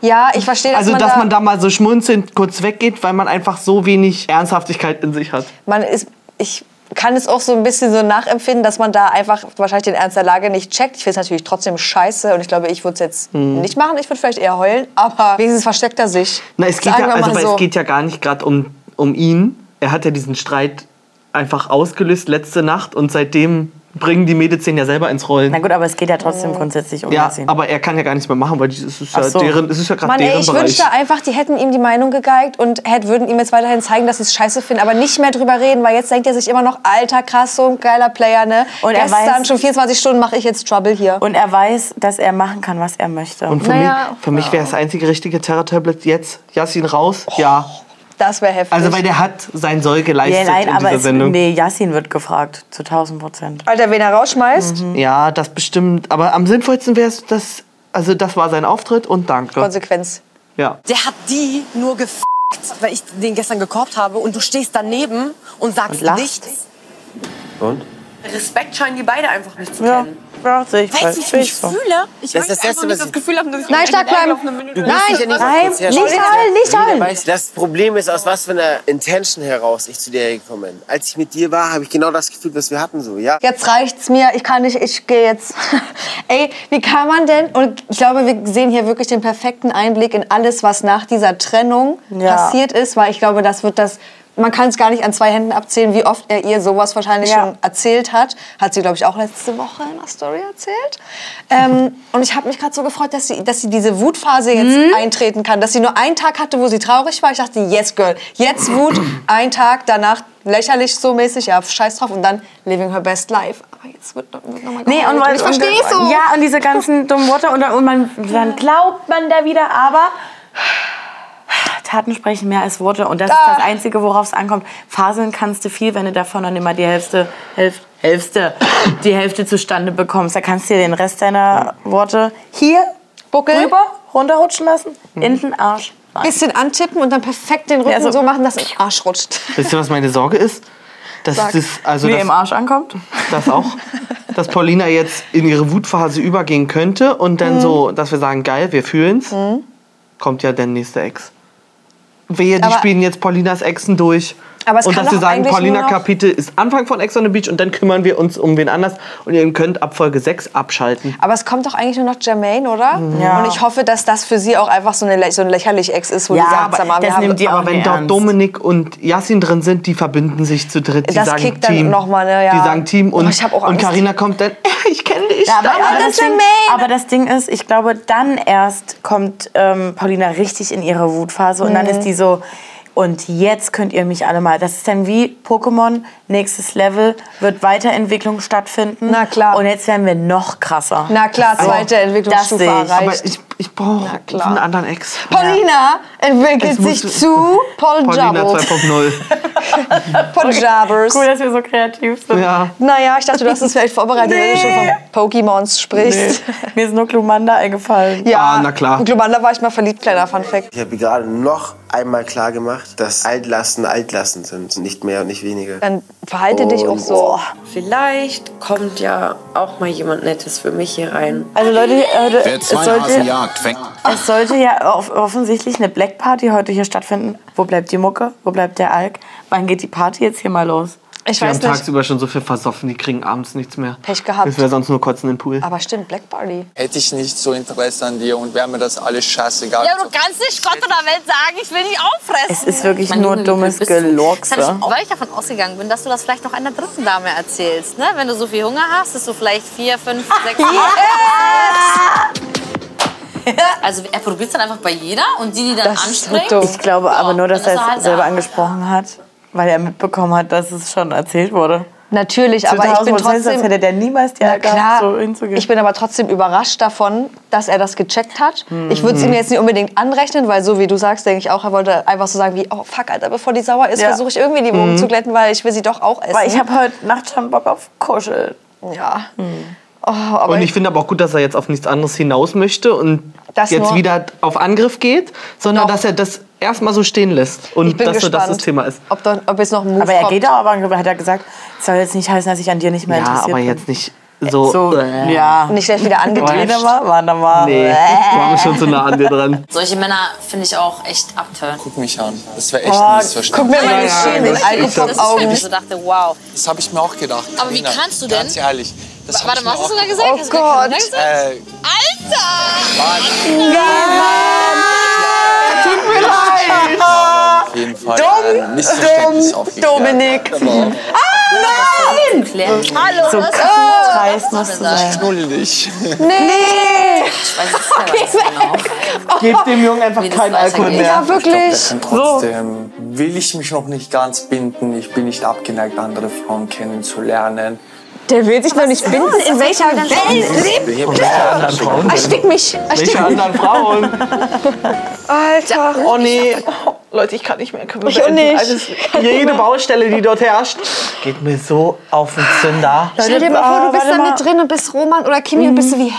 [SPEAKER 1] Ja, ich verstehe, dass
[SPEAKER 3] also,
[SPEAKER 1] man
[SPEAKER 3] dass
[SPEAKER 1] da,
[SPEAKER 3] man da mal so schmunzelnd kurz weggeht, weil man einfach so wenig Ernsthaftigkeit in sich hat.
[SPEAKER 1] man ist, ich kann es auch so ein bisschen so nachempfinden, dass man da einfach wahrscheinlich den Ernst der Lage nicht checkt. Ich finde es natürlich trotzdem scheiße und ich glaube, ich würde es jetzt
[SPEAKER 3] Mhm.
[SPEAKER 1] nicht machen. Ich würde vielleicht eher heulen, aber <laughs> wenigstens versteckt er sich.
[SPEAKER 3] Na, es geht
[SPEAKER 1] Sagen
[SPEAKER 3] ja,
[SPEAKER 1] wir
[SPEAKER 3] also,
[SPEAKER 1] mal
[SPEAKER 3] weil
[SPEAKER 1] so.
[SPEAKER 3] es geht ja gar nicht gerade um, um ihn. Er hat ja diesen Streit einfach ausgelöst letzte Nacht und seitdem bringen die Mädels den ja selber ins Rollen.
[SPEAKER 2] Na gut, aber es geht ja trotzdem
[SPEAKER 1] Mhm.
[SPEAKER 2] grundsätzlich um
[SPEAKER 3] ja,
[SPEAKER 2] Nassim.
[SPEAKER 3] aber er kann ja gar nichts mehr machen, weil es ist ja
[SPEAKER 2] Ach so.
[SPEAKER 3] deren, es ist ja gerade
[SPEAKER 1] Mann, ey,
[SPEAKER 3] deren
[SPEAKER 1] ich
[SPEAKER 3] Bereich.
[SPEAKER 1] wünschte einfach, die hätten ihm die Meinung gegeigt und hätt, würden ihm jetzt weiterhin zeigen, dass sie es scheiße finden, aber nicht mehr drüber reden, weil jetzt denkt er sich immer noch, alter, krass, so ein geiler Player, ne?
[SPEAKER 2] Und er
[SPEAKER 1] Gestern
[SPEAKER 2] weiß-
[SPEAKER 1] schon 24 Stunden mache ich jetzt Trouble hier.
[SPEAKER 2] Und er weiß, dass er machen kann, was er möchte.
[SPEAKER 3] Und für
[SPEAKER 1] Naja,
[SPEAKER 3] mich, für mich wäre das einzige richtige Terror-Tablet jetzt Yassin raus. Ja.
[SPEAKER 1] das wäre heftig.
[SPEAKER 3] Also, weil der hat sein Soll
[SPEAKER 2] ja,
[SPEAKER 3] geleistet
[SPEAKER 2] nein,
[SPEAKER 3] in
[SPEAKER 2] aber
[SPEAKER 3] dieser
[SPEAKER 2] es,
[SPEAKER 3] Sendung.
[SPEAKER 2] nee, Yassin wird gefragt, zu 1000 Prozent.
[SPEAKER 1] Alter, wen er rausschmeißt,
[SPEAKER 3] Ja, das bestimmt. Aber am sinnvollsten wäre es, dass. Also, das war sein Auftritt und danke.
[SPEAKER 1] Konsequenz.
[SPEAKER 3] Ja.
[SPEAKER 5] Der hat die nur gefickt, weil ich den gestern gekorbt habe und du stehst daneben und sagst
[SPEAKER 2] lachst.
[SPEAKER 5] nichts.
[SPEAKER 6] Und?
[SPEAKER 5] Respekt scheinen die beide einfach nicht zu
[SPEAKER 2] Ja,
[SPEAKER 5] kennen.
[SPEAKER 2] ja sehe ich voll.
[SPEAKER 5] Weißt du, wie ich
[SPEAKER 2] Sehe ich
[SPEAKER 5] mich
[SPEAKER 2] so.
[SPEAKER 5] fühle? Ich
[SPEAKER 6] Das ist das
[SPEAKER 5] möchte einfach
[SPEAKER 6] Erste,
[SPEAKER 5] nicht
[SPEAKER 6] was
[SPEAKER 5] das
[SPEAKER 6] ich-
[SPEAKER 5] Gefühl haben, dass ich
[SPEAKER 1] Nein, stark bleiben. Nein,
[SPEAKER 6] ja nicht mal
[SPEAKER 1] nein, nicht
[SPEAKER 6] kurz herstellen.
[SPEAKER 1] heulen, nicht heulen.
[SPEAKER 6] Das Problem ist, aus was für einer Intention heraus ich zu dir gekommen bin. Als ich mit dir war, habe ich genau das Gefühl, was wir hatten so, ja?
[SPEAKER 1] Jetzt reicht's mir, ich kann nicht, ich gehe jetzt. <laughs> Ey, wie kann man denn? Und ich glaube, wir sehen hier wirklich den perfekten Einblick in alles, was nach dieser Trennung
[SPEAKER 2] Ja.
[SPEAKER 1] passiert ist, weil ich glaube, das wird das. Man kann es gar nicht an zwei Händen abzählen, wie oft er ihr sowas wahrscheinlich
[SPEAKER 2] Ja.
[SPEAKER 1] schon erzählt hat. Hat sie, glaube ich, auch letzte Woche in der Story erzählt.
[SPEAKER 2] <laughs>
[SPEAKER 1] Ähm, und ich habe mich gerade so gefreut, dass sie, dass sie diese Wutphase jetzt
[SPEAKER 2] Mhm.
[SPEAKER 1] eintreten kann. Dass sie nur einen Tag hatte, wo sie traurig war. Ich dachte, yes, girl, jetzt
[SPEAKER 2] <clears throat>
[SPEAKER 1] Wut, ein Tag, danach lächerlich so mäßig, ja, scheiß drauf. Und dann living her best life. Aber jetzt wird, wird nochmal
[SPEAKER 2] Nee, und, weil-
[SPEAKER 1] ich
[SPEAKER 2] und-
[SPEAKER 1] Oh, verstehe so. Ah.
[SPEAKER 2] Ja, und diese ganzen dummen Worte und, dann- und man, dann glaubt man da wieder, aber Taten sprechen mehr als Worte und das ist
[SPEAKER 1] Ah.
[SPEAKER 2] das Einzige, worauf es ankommt. Faseln kannst du viel, wenn du davon dann immer die Hälfte, Hälfte, Hälfte, die Hälfte zustande bekommst. Da kannst du dir den Rest deiner Worte hier
[SPEAKER 1] Buckel.
[SPEAKER 2] rüber runterrutschen lassen,
[SPEAKER 1] Mhm.
[SPEAKER 2] in den Arsch. rein.
[SPEAKER 1] Bisschen antippen und dann perfekt den Rücken
[SPEAKER 2] Ja, so-
[SPEAKER 1] so machen, dass ein Arsch rutscht.
[SPEAKER 3] Wisst ihr, was meine Sorge ist? Dass
[SPEAKER 1] Sag.
[SPEAKER 3] das, also
[SPEAKER 2] Wie
[SPEAKER 3] das,
[SPEAKER 2] im Arsch ankommt.
[SPEAKER 3] das auch, dass Paulina jetzt in ihre Wutphase übergehen könnte und
[SPEAKER 1] Mhm.
[SPEAKER 3] dann so, dass wir sagen, geil, wir fühlen's, kommt ja der nächste Ex. Wehe, die
[SPEAKER 1] Aber-
[SPEAKER 3] spielen jetzt Paulinas Exen durch.
[SPEAKER 1] Aber es
[SPEAKER 3] und
[SPEAKER 1] kann
[SPEAKER 3] dass sie
[SPEAKER 1] doch
[SPEAKER 3] sagen,
[SPEAKER 1] eigentlich
[SPEAKER 3] Paulina
[SPEAKER 1] nur noch-
[SPEAKER 3] Kapitel ist Anfang von Ex on the Beach und dann kümmern wir uns um wen anders und ihr könnt ab Folge 6 abschalten.
[SPEAKER 1] Aber es kommt doch eigentlich nur noch Jermaine, oder?
[SPEAKER 2] Mhm. Ja.
[SPEAKER 1] Und ich hoffe, dass das für sie auch einfach so, eine, lä- so ein lächerlich Ex ist, wo
[SPEAKER 2] Ja,
[SPEAKER 1] die sagt,
[SPEAKER 2] aber
[SPEAKER 1] sag mal, wir
[SPEAKER 2] das
[SPEAKER 1] haben,
[SPEAKER 2] nimmt die auch
[SPEAKER 3] Aber wenn
[SPEAKER 2] nicht
[SPEAKER 3] dort
[SPEAKER 2] ernst.
[SPEAKER 3] Dominik und Yassin drin sind, die verbünden sich zu dritt. Die
[SPEAKER 1] Das
[SPEAKER 3] sagen
[SPEAKER 1] kickt dann
[SPEAKER 3] Team.
[SPEAKER 1] noch mal, ne, ja.
[SPEAKER 3] Die sagen Team und,
[SPEAKER 1] Oh, ich hab auch
[SPEAKER 3] und
[SPEAKER 1] Angst.
[SPEAKER 3] Carina kommt dann, <laughs> ich kenne dich.
[SPEAKER 2] Ja, aber,
[SPEAKER 3] damals."
[SPEAKER 2] aber, das
[SPEAKER 1] ist ja
[SPEAKER 2] Ding,
[SPEAKER 1] Main.
[SPEAKER 2] aber das Ding ist, ich glaube, dann erst kommt ähm, Paulina richtig in ihre Wutphase und dann ist
[SPEAKER 1] Mhm.
[SPEAKER 2] die so, und jetzt könnt ihr mich alle mal. Das ist dann wie Pokémon, nächstes Level, wird Weiterentwicklung stattfinden.
[SPEAKER 1] Na klar.
[SPEAKER 2] Und jetzt werden wir noch krasser.
[SPEAKER 1] Na klar, zweite
[SPEAKER 2] das
[SPEAKER 1] Entwicklungsstufe
[SPEAKER 2] sehe ich.
[SPEAKER 1] erreicht.
[SPEAKER 3] Aber ich, ich brauche
[SPEAKER 1] klar.
[SPEAKER 3] einen anderen Ex.
[SPEAKER 1] Paulina entwickelt
[SPEAKER 3] Es muss-
[SPEAKER 1] sich zu Paul
[SPEAKER 3] Paulina
[SPEAKER 1] Jabo. <laughs>
[SPEAKER 3] 2.0.
[SPEAKER 1] Paul Jabbers.
[SPEAKER 2] Cool, dass wir so kreativ sind.
[SPEAKER 3] ja.
[SPEAKER 1] Naja, ich dachte, du hast es vielleicht vorbereitet, wenn du schon von Pokémons sprichst.
[SPEAKER 2] Mir ist nur Glumanda eingefallen.
[SPEAKER 3] Ah, na klar.
[SPEAKER 1] Und Glumanda war ich mal verliebt, kleiner Funfact.
[SPEAKER 6] Ich habe gerade noch einmal klar gemacht, dass Altlasten Altlasten sind, nicht mehr und nicht weniger.
[SPEAKER 1] Dann verhalte
[SPEAKER 2] Oh,
[SPEAKER 1] dich auch so.
[SPEAKER 5] Vielleicht kommt ja auch mal jemand Nettes für mich hier rein.
[SPEAKER 2] Also Leute, äh,
[SPEAKER 7] Wer
[SPEAKER 2] es,
[SPEAKER 7] zwei Hasen
[SPEAKER 2] sollte,
[SPEAKER 7] jagt, fängt.
[SPEAKER 2] es sollte ja off offensichtlich eine Black Party heute hier stattfinden. Wo bleibt die Mucke? Wo bleibt der Alk? Wann geht die Party jetzt hier mal los?
[SPEAKER 1] Ich
[SPEAKER 3] Die haben
[SPEAKER 1] weiß nicht.
[SPEAKER 3] tagsüber schon so viel versoffen, die kriegen abends nichts mehr.
[SPEAKER 1] Pech gehabt.
[SPEAKER 3] Das wäre sonst nur kotzen in den Pool.
[SPEAKER 1] Aber stimmt, Black Party.
[SPEAKER 8] Hätte ich nicht so Interesse an dir und wäre mir das alles scheißegal.
[SPEAKER 9] Ja, aber du kannst nicht Gott oder Welt sagen, ich will dich auffressen.
[SPEAKER 2] Es ist wirklich
[SPEAKER 9] Mein
[SPEAKER 2] nur
[SPEAKER 9] Junge, wie
[SPEAKER 2] dummes
[SPEAKER 9] blöd bist du?
[SPEAKER 2] Gelurkse.
[SPEAKER 9] Das hab ich, weil ich davon ausgegangen bin, dass du das vielleicht noch einer dritten Dame erzählst. Ne? Wenn du so viel Hunger hast, dass du vielleicht vier, fünf,
[SPEAKER 1] Ah,
[SPEAKER 9] sechs, acht. Also er probiert es dann einfach bei jeder und die, die dann
[SPEAKER 1] Das ist so
[SPEAKER 9] anspringt.
[SPEAKER 1] dumm.
[SPEAKER 2] Ich glaube aber nur, dass
[SPEAKER 9] dann ist
[SPEAKER 2] er es
[SPEAKER 9] halt
[SPEAKER 2] selber
[SPEAKER 9] da.
[SPEAKER 2] angesprochen hat, weil er mitbekommen hat, dass es schon erzählt wurde.
[SPEAKER 1] Natürlich,
[SPEAKER 2] Zu
[SPEAKER 1] aber ich bin
[SPEAKER 2] 1000%,
[SPEAKER 1] trotzdem.
[SPEAKER 2] sonst hätte der niemals die
[SPEAKER 1] Na
[SPEAKER 2] Alk gehabt,
[SPEAKER 1] klar,
[SPEAKER 2] so hinzugehen.
[SPEAKER 1] ich bin aber trotzdem überrascht davon, dass er das gecheckt hat. Ich würde es ihm jetzt nicht unbedingt anrechnen, weil so wie du sagst, denke ich auch, er wollte einfach so sagen wie, oh fuck, Alter, bevor die sauer ist,
[SPEAKER 2] Ja.
[SPEAKER 1] versuche ich irgendwie die Wogen zu glätten, Hm. weil ich will sie doch auch essen.
[SPEAKER 2] aber ich habe heute Nacht schon Bock auf Kuscheln.
[SPEAKER 1] ja. Oh, aber
[SPEAKER 3] und ich finde aber auch gut, dass er jetzt auf nichts anderes hinaus möchte und
[SPEAKER 1] Das
[SPEAKER 3] jetzt
[SPEAKER 1] nur-
[SPEAKER 3] wieder auf Angriff geht, sondern
[SPEAKER 1] Doch.
[SPEAKER 3] dass er das erstmal so stehen lässt und
[SPEAKER 1] ich bin
[SPEAKER 3] dass so das
[SPEAKER 1] gespannt,
[SPEAKER 3] das Thema ist.
[SPEAKER 1] Ob, dann, ob jetzt noch ein Move
[SPEAKER 2] Aber er
[SPEAKER 1] kommt.
[SPEAKER 2] geht auch, aber hat er gesagt, es soll jetzt nicht heißen, dass ich an dir nicht mehr
[SPEAKER 3] Ja,
[SPEAKER 2] interessiert
[SPEAKER 3] aber
[SPEAKER 2] bin.
[SPEAKER 3] jetzt nicht so, äh.
[SPEAKER 2] So, ja.
[SPEAKER 1] Nicht gleich wieder angetäuscht.
[SPEAKER 2] Warte mal, warte mal.
[SPEAKER 3] Nee, war mir schon zu nah an dir
[SPEAKER 1] <laughs>
[SPEAKER 3] dran.
[SPEAKER 9] Solche Männer finde ich auch echt abtönt.
[SPEAKER 8] Guck mich an. Das wäre echt
[SPEAKER 2] Oh,
[SPEAKER 8] ein Missverständnis.
[SPEAKER 1] Guck mir mal die Schiene,
[SPEAKER 9] Das
[SPEAKER 1] den
[SPEAKER 9] ist
[SPEAKER 1] Alkohol
[SPEAKER 9] wo ich
[SPEAKER 1] Augen.
[SPEAKER 9] mir so dachte, wow.
[SPEAKER 8] Das habe ich mir auch gedacht.
[SPEAKER 9] Aber wie
[SPEAKER 8] Karina,
[SPEAKER 9] kannst du denn?
[SPEAKER 8] Ganz ehrlich. Das hab
[SPEAKER 9] Warte
[SPEAKER 8] ich
[SPEAKER 9] mal,
[SPEAKER 8] mir
[SPEAKER 9] was hast du
[SPEAKER 8] auch
[SPEAKER 9] da gesagt?
[SPEAKER 1] Oh
[SPEAKER 9] Hast du da
[SPEAKER 1] Gott.
[SPEAKER 9] Kinder gesagt?
[SPEAKER 8] Äh,
[SPEAKER 9] Alter!
[SPEAKER 1] Tut mir leid.
[SPEAKER 8] auf jeden Fall. Dumm, äh, Missverständnis aufgeklärt.
[SPEAKER 1] Dominik.
[SPEAKER 9] Klären. Hallo,
[SPEAKER 2] So
[SPEAKER 9] das ist
[SPEAKER 2] dreist musst du sein.
[SPEAKER 8] Knuddel dich.
[SPEAKER 1] Nee.
[SPEAKER 3] Gebt dem Jungen einfach
[SPEAKER 9] Wie das
[SPEAKER 3] keinen Alkohol
[SPEAKER 9] weitergeht.
[SPEAKER 3] mehr.
[SPEAKER 1] Oh, Ja, wirklich.
[SPEAKER 8] Und trotzdem will ich mich noch nicht ganz binden. Ich bin nicht abgeneigt, andere Frauen kennenzulernen.
[SPEAKER 1] Der will sich noch nicht binden. In welcher Welt lebt er? Erstick mich. Erstick
[SPEAKER 3] Welche
[SPEAKER 1] mich.
[SPEAKER 3] anderen Frauen?
[SPEAKER 1] Alter.
[SPEAKER 3] Oh nee. Leute, ich kann nicht mehr. Können wir
[SPEAKER 1] Ich auch
[SPEAKER 3] beenden?
[SPEAKER 1] nicht.
[SPEAKER 3] Alles- jede Baustelle, die dort herrscht, geht mir so auf den Zünder.
[SPEAKER 1] Stell dir mal vor, du bist
[SPEAKER 2] Warte
[SPEAKER 1] da
[SPEAKER 2] mal.
[SPEAKER 1] mit drin und bist Roman oder Kimi und bist du wie.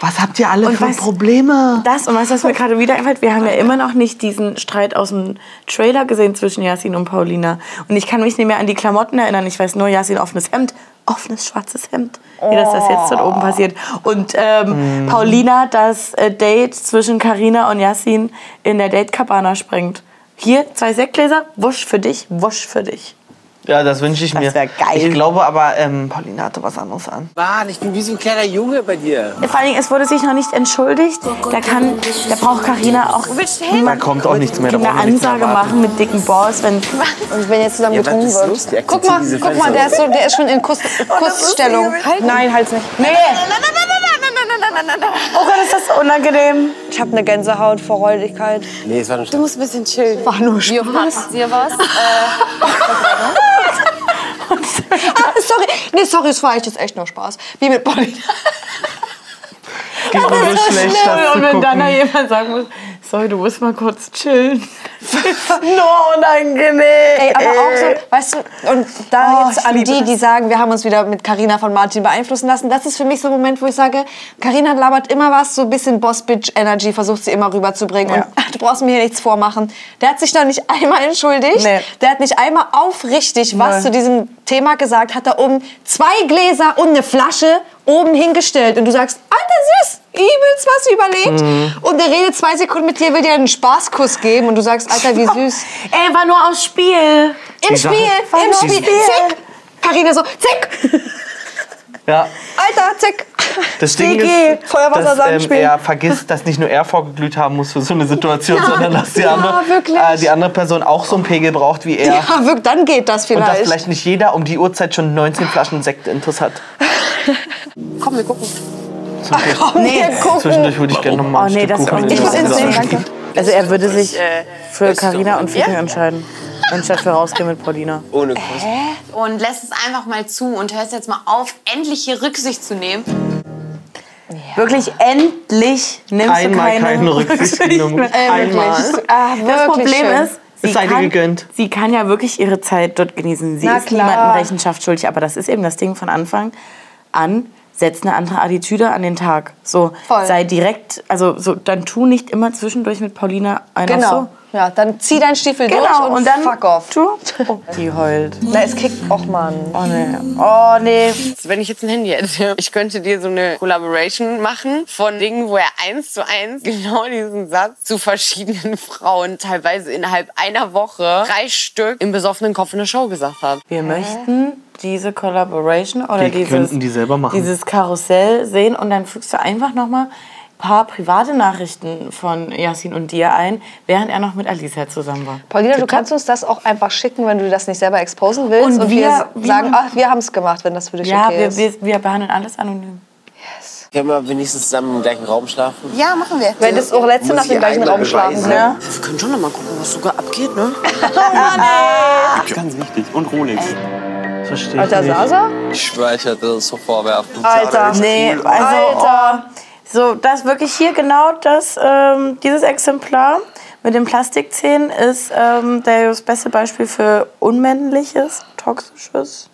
[SPEAKER 3] Was habt ihr alle für
[SPEAKER 2] weißt-
[SPEAKER 3] Probleme?
[SPEAKER 2] Das und weißt du, was mir gerade wieder einfällt? Wir haben ja immer noch nicht diesen Streit aus dem Trailer gesehen zwischen Yasin und Paulina. Und ich kann mich nicht mehr an die Klamotten erinnern. Ich weiß nur, Yasin offenes Hemd, offenes schwarzes Hemd. Wie dass das jetzt dort oben passiert. Und
[SPEAKER 9] Mhm.
[SPEAKER 2] ähm, Paulina das äh, Date zwischen Karina und Yasin in der Date Cabana springt. Hier zwei Sektgläser, wusch für dich, wusch für dich.
[SPEAKER 3] Ja, das wünsche ich mir.
[SPEAKER 2] wär geil.
[SPEAKER 3] Ich glaube aber, ähm, Pauline hatte was anderes an.
[SPEAKER 6] Mann, ich bin wie so ein kleiner Junge bei dir.
[SPEAKER 2] Vor allen Dingen, es wurde sich noch nicht entschuldigt. Da kann, da braucht Karina auch
[SPEAKER 3] Da kommt auch nichts mehr. da
[SPEAKER 2] eine
[SPEAKER 3] brauchen wir nichts mehr
[SPEAKER 2] Ansage
[SPEAKER 3] erwarten.
[SPEAKER 2] machen mit dicken Balls, <laughs> wenn
[SPEAKER 1] Und wenn jetzt zusammen
[SPEAKER 6] Ja, was
[SPEAKER 1] getrunken
[SPEAKER 6] ist los? Die
[SPEAKER 1] wird. Guck mal,
[SPEAKER 6] akzeptieren diese
[SPEAKER 1] guck mal, der ist, so, der ist schon in Kuss, Kussstellung. Halt. Nein, halt's nicht. Nee.
[SPEAKER 2] Oh Gott, ist das unangenehm.
[SPEAKER 1] Ich habe eine Gänsehaut vor Räudigkeit.
[SPEAKER 6] Nee, es war nur Spaß.
[SPEAKER 5] musst ein bisschen chillen.
[SPEAKER 1] War nur Spaß.
[SPEAKER 9] Was? Dir was?
[SPEAKER 1] Ah, <laughs> sorry. Nee, sorry, es war echt jetzt echt nur Spaß. Wie mit Paulina.
[SPEAKER 3] Geht mir so schlecht, das zu
[SPEAKER 2] Und wenn dann da
[SPEAKER 3] gucken.
[SPEAKER 2] jemand sagen muss, sorry, du musst mal kurz <laughs> chillen. Das ist nur unangenehm. Ey,
[SPEAKER 1] Ey, aber auch so, weißt du, und da
[SPEAKER 2] Äh. Oh,
[SPEAKER 1] jetzt
[SPEAKER 2] ich
[SPEAKER 1] an
[SPEAKER 2] liebe
[SPEAKER 1] die, die sagen, wir haben uns wieder mit Karina von Martin beeinflussen lassen, das ist für mich so ein Moment, wo ich sage, Karina labert immer was, so ein bisschen Boss-Bitch-Energy versucht sie immer rüberzubringen und <laughs> du brauchst mir hier nichts vormachen. Der hat sich noch nicht einmal entschuldigt,
[SPEAKER 2] Nee.
[SPEAKER 1] der hat nicht einmal aufrichtig was
[SPEAKER 2] Nee.
[SPEAKER 1] zu diesem Thema gesagt, hat da oben zwei Gläser und eine Flasche oben hingestellt und du sagst, alter Süß, übelst was überlegt
[SPEAKER 2] Mhm.
[SPEAKER 1] und der redet zwei Sekunden mit dir, will dir einen Spaßkuss geben und du sagst, alter, wie süß.
[SPEAKER 2] Ey, war nur aus Spiel.
[SPEAKER 1] Im
[SPEAKER 3] Die Sache-
[SPEAKER 1] Spiel, im Spiel.
[SPEAKER 2] Verloren.
[SPEAKER 1] Zick. Karina so, zick.
[SPEAKER 3] Ja,
[SPEAKER 1] Alter, zick.
[SPEAKER 3] das Ding
[SPEAKER 2] WG,
[SPEAKER 3] ist,
[SPEAKER 1] Feuerwasser sagen
[SPEAKER 3] dass ähm,
[SPEAKER 1] spielen.
[SPEAKER 3] er vergisst, dass nicht nur er vorgeglüht haben muss für so eine Situation, sondern dass
[SPEAKER 1] <laughs>
[SPEAKER 3] die
[SPEAKER 1] ja,
[SPEAKER 3] andere,
[SPEAKER 1] wirklich.
[SPEAKER 3] äh, die andere Person auch so einen Pegel braucht wie er.
[SPEAKER 1] <laughs> Ja, wirklich, dann geht das
[SPEAKER 3] Und dass
[SPEAKER 1] vielleicht.
[SPEAKER 3] vielleicht nicht jeder um die Uhrzeit schon 19 Flaschen Sekt intus hat.
[SPEAKER 5] Komm, wir gucken.
[SPEAKER 1] Komm, nee. wir gucken.
[SPEAKER 3] Zwischendurch würde ich gerne noch mal
[SPEAKER 2] Oh
[SPEAKER 3] ein
[SPEAKER 2] nee,
[SPEAKER 3] Stück
[SPEAKER 2] das ist
[SPEAKER 3] Kuchen.
[SPEAKER 1] Ich muss ins Leben,
[SPEAKER 2] unangenehm.
[SPEAKER 1] danke.
[SPEAKER 2] Also er würde sich äh, für Karina und Ficken entscheiden. Anstatt für rausgehen mit Paulina.
[SPEAKER 6] Ohne Kuss.
[SPEAKER 9] Und lässt es einfach mal zu und hörst jetzt mal auf, endlich hier Rücksicht zu nehmen.
[SPEAKER 2] Wirklich, endlich nimmst
[SPEAKER 3] Einmal
[SPEAKER 2] du keine, <laughs>
[SPEAKER 3] keine Rücksicht genommen.
[SPEAKER 2] mehr.
[SPEAKER 3] Einmal.
[SPEAKER 1] Ah, wirklich
[SPEAKER 2] Das Problem
[SPEAKER 1] schön.
[SPEAKER 2] ist, sie
[SPEAKER 3] sei dir
[SPEAKER 2] kann,
[SPEAKER 3] gegönnt.
[SPEAKER 2] sie kann ja wirklich ihre Zeit dort genießen. Sie
[SPEAKER 1] Na
[SPEAKER 2] ist
[SPEAKER 1] klar.
[SPEAKER 2] niemandem Rechenschaft schuldig, aber das ist eben das Ding von Anfang an. Setz eine andere Attitüde an den Tag. So,
[SPEAKER 1] Voll.
[SPEAKER 2] sei direkt, also so, dann tu nicht immer zwischendurch mit Paulina einfach
[SPEAKER 1] Genau. Ja, dann zieh deinen Stiefel
[SPEAKER 2] so.
[SPEAKER 1] durch und, dann fuck off.
[SPEAKER 2] Tu. Oh, die heult.
[SPEAKER 1] Na, es kickt auch, Mann.
[SPEAKER 2] Oh nee. Oh nee.
[SPEAKER 5] Also Wenn ich jetzt ein Handy hätte, <laughs> ich könnte dir so eine Collaboration machen von Dingen, wo er eins zu eins <laughs> genau diesen Satz zu verschiedenen Frauen teilweise innerhalb einer Woche drei Stück im besoffenen Kopf in der Show gesagt hat.
[SPEAKER 2] Wir möchten diese Collaboration oder
[SPEAKER 3] Wir
[SPEAKER 2] dieses,
[SPEAKER 3] könnten die selber machen.
[SPEAKER 2] dieses Karussell sehen und dann fügst du einfach nochmal ein paar private Nachrichten von Yasin und dir ein, während er noch mit Alicia zusammen war.
[SPEAKER 1] Paulina, du kannst uns das auch einfach schicken, wenn du das nicht selber exposen willst.
[SPEAKER 2] Und
[SPEAKER 1] Und,
[SPEAKER 2] wir-
[SPEAKER 1] wir,
[SPEAKER 2] wir
[SPEAKER 1] sagen,
[SPEAKER 2] machen-
[SPEAKER 1] ach, wir haben es gemacht, wenn das für dich
[SPEAKER 2] Ja,
[SPEAKER 1] okay
[SPEAKER 2] wir,
[SPEAKER 1] ist.
[SPEAKER 2] wir, wir behandeln alles anonym.
[SPEAKER 6] Können wir wenigstens zusammen im gleichen Raum schlafen?
[SPEAKER 5] Ja, machen wir.
[SPEAKER 1] Wenn das auch letzte
[SPEAKER 6] Muss
[SPEAKER 1] Nacht
[SPEAKER 6] ich
[SPEAKER 1] im gleichen
[SPEAKER 6] einmal
[SPEAKER 1] Raum schlafen.
[SPEAKER 6] beweisen.
[SPEAKER 1] Ne?
[SPEAKER 5] Wir können schon noch mal gucken, was sogar abgeht, ne?
[SPEAKER 10] Ganz wichtig. Und Rolex.
[SPEAKER 3] Verstehe ich
[SPEAKER 1] Alter
[SPEAKER 3] nicht.
[SPEAKER 1] Sasa?
[SPEAKER 8] Ich schwöre, ich hätte das so vorwerfen.
[SPEAKER 1] Alter.
[SPEAKER 2] Nee, also oh, so das wirklich hier genau das ähm, dieses Exemplar mit den Plastikzähnen ist ähm, der- das beste Beispiel für unmännliches, toxisches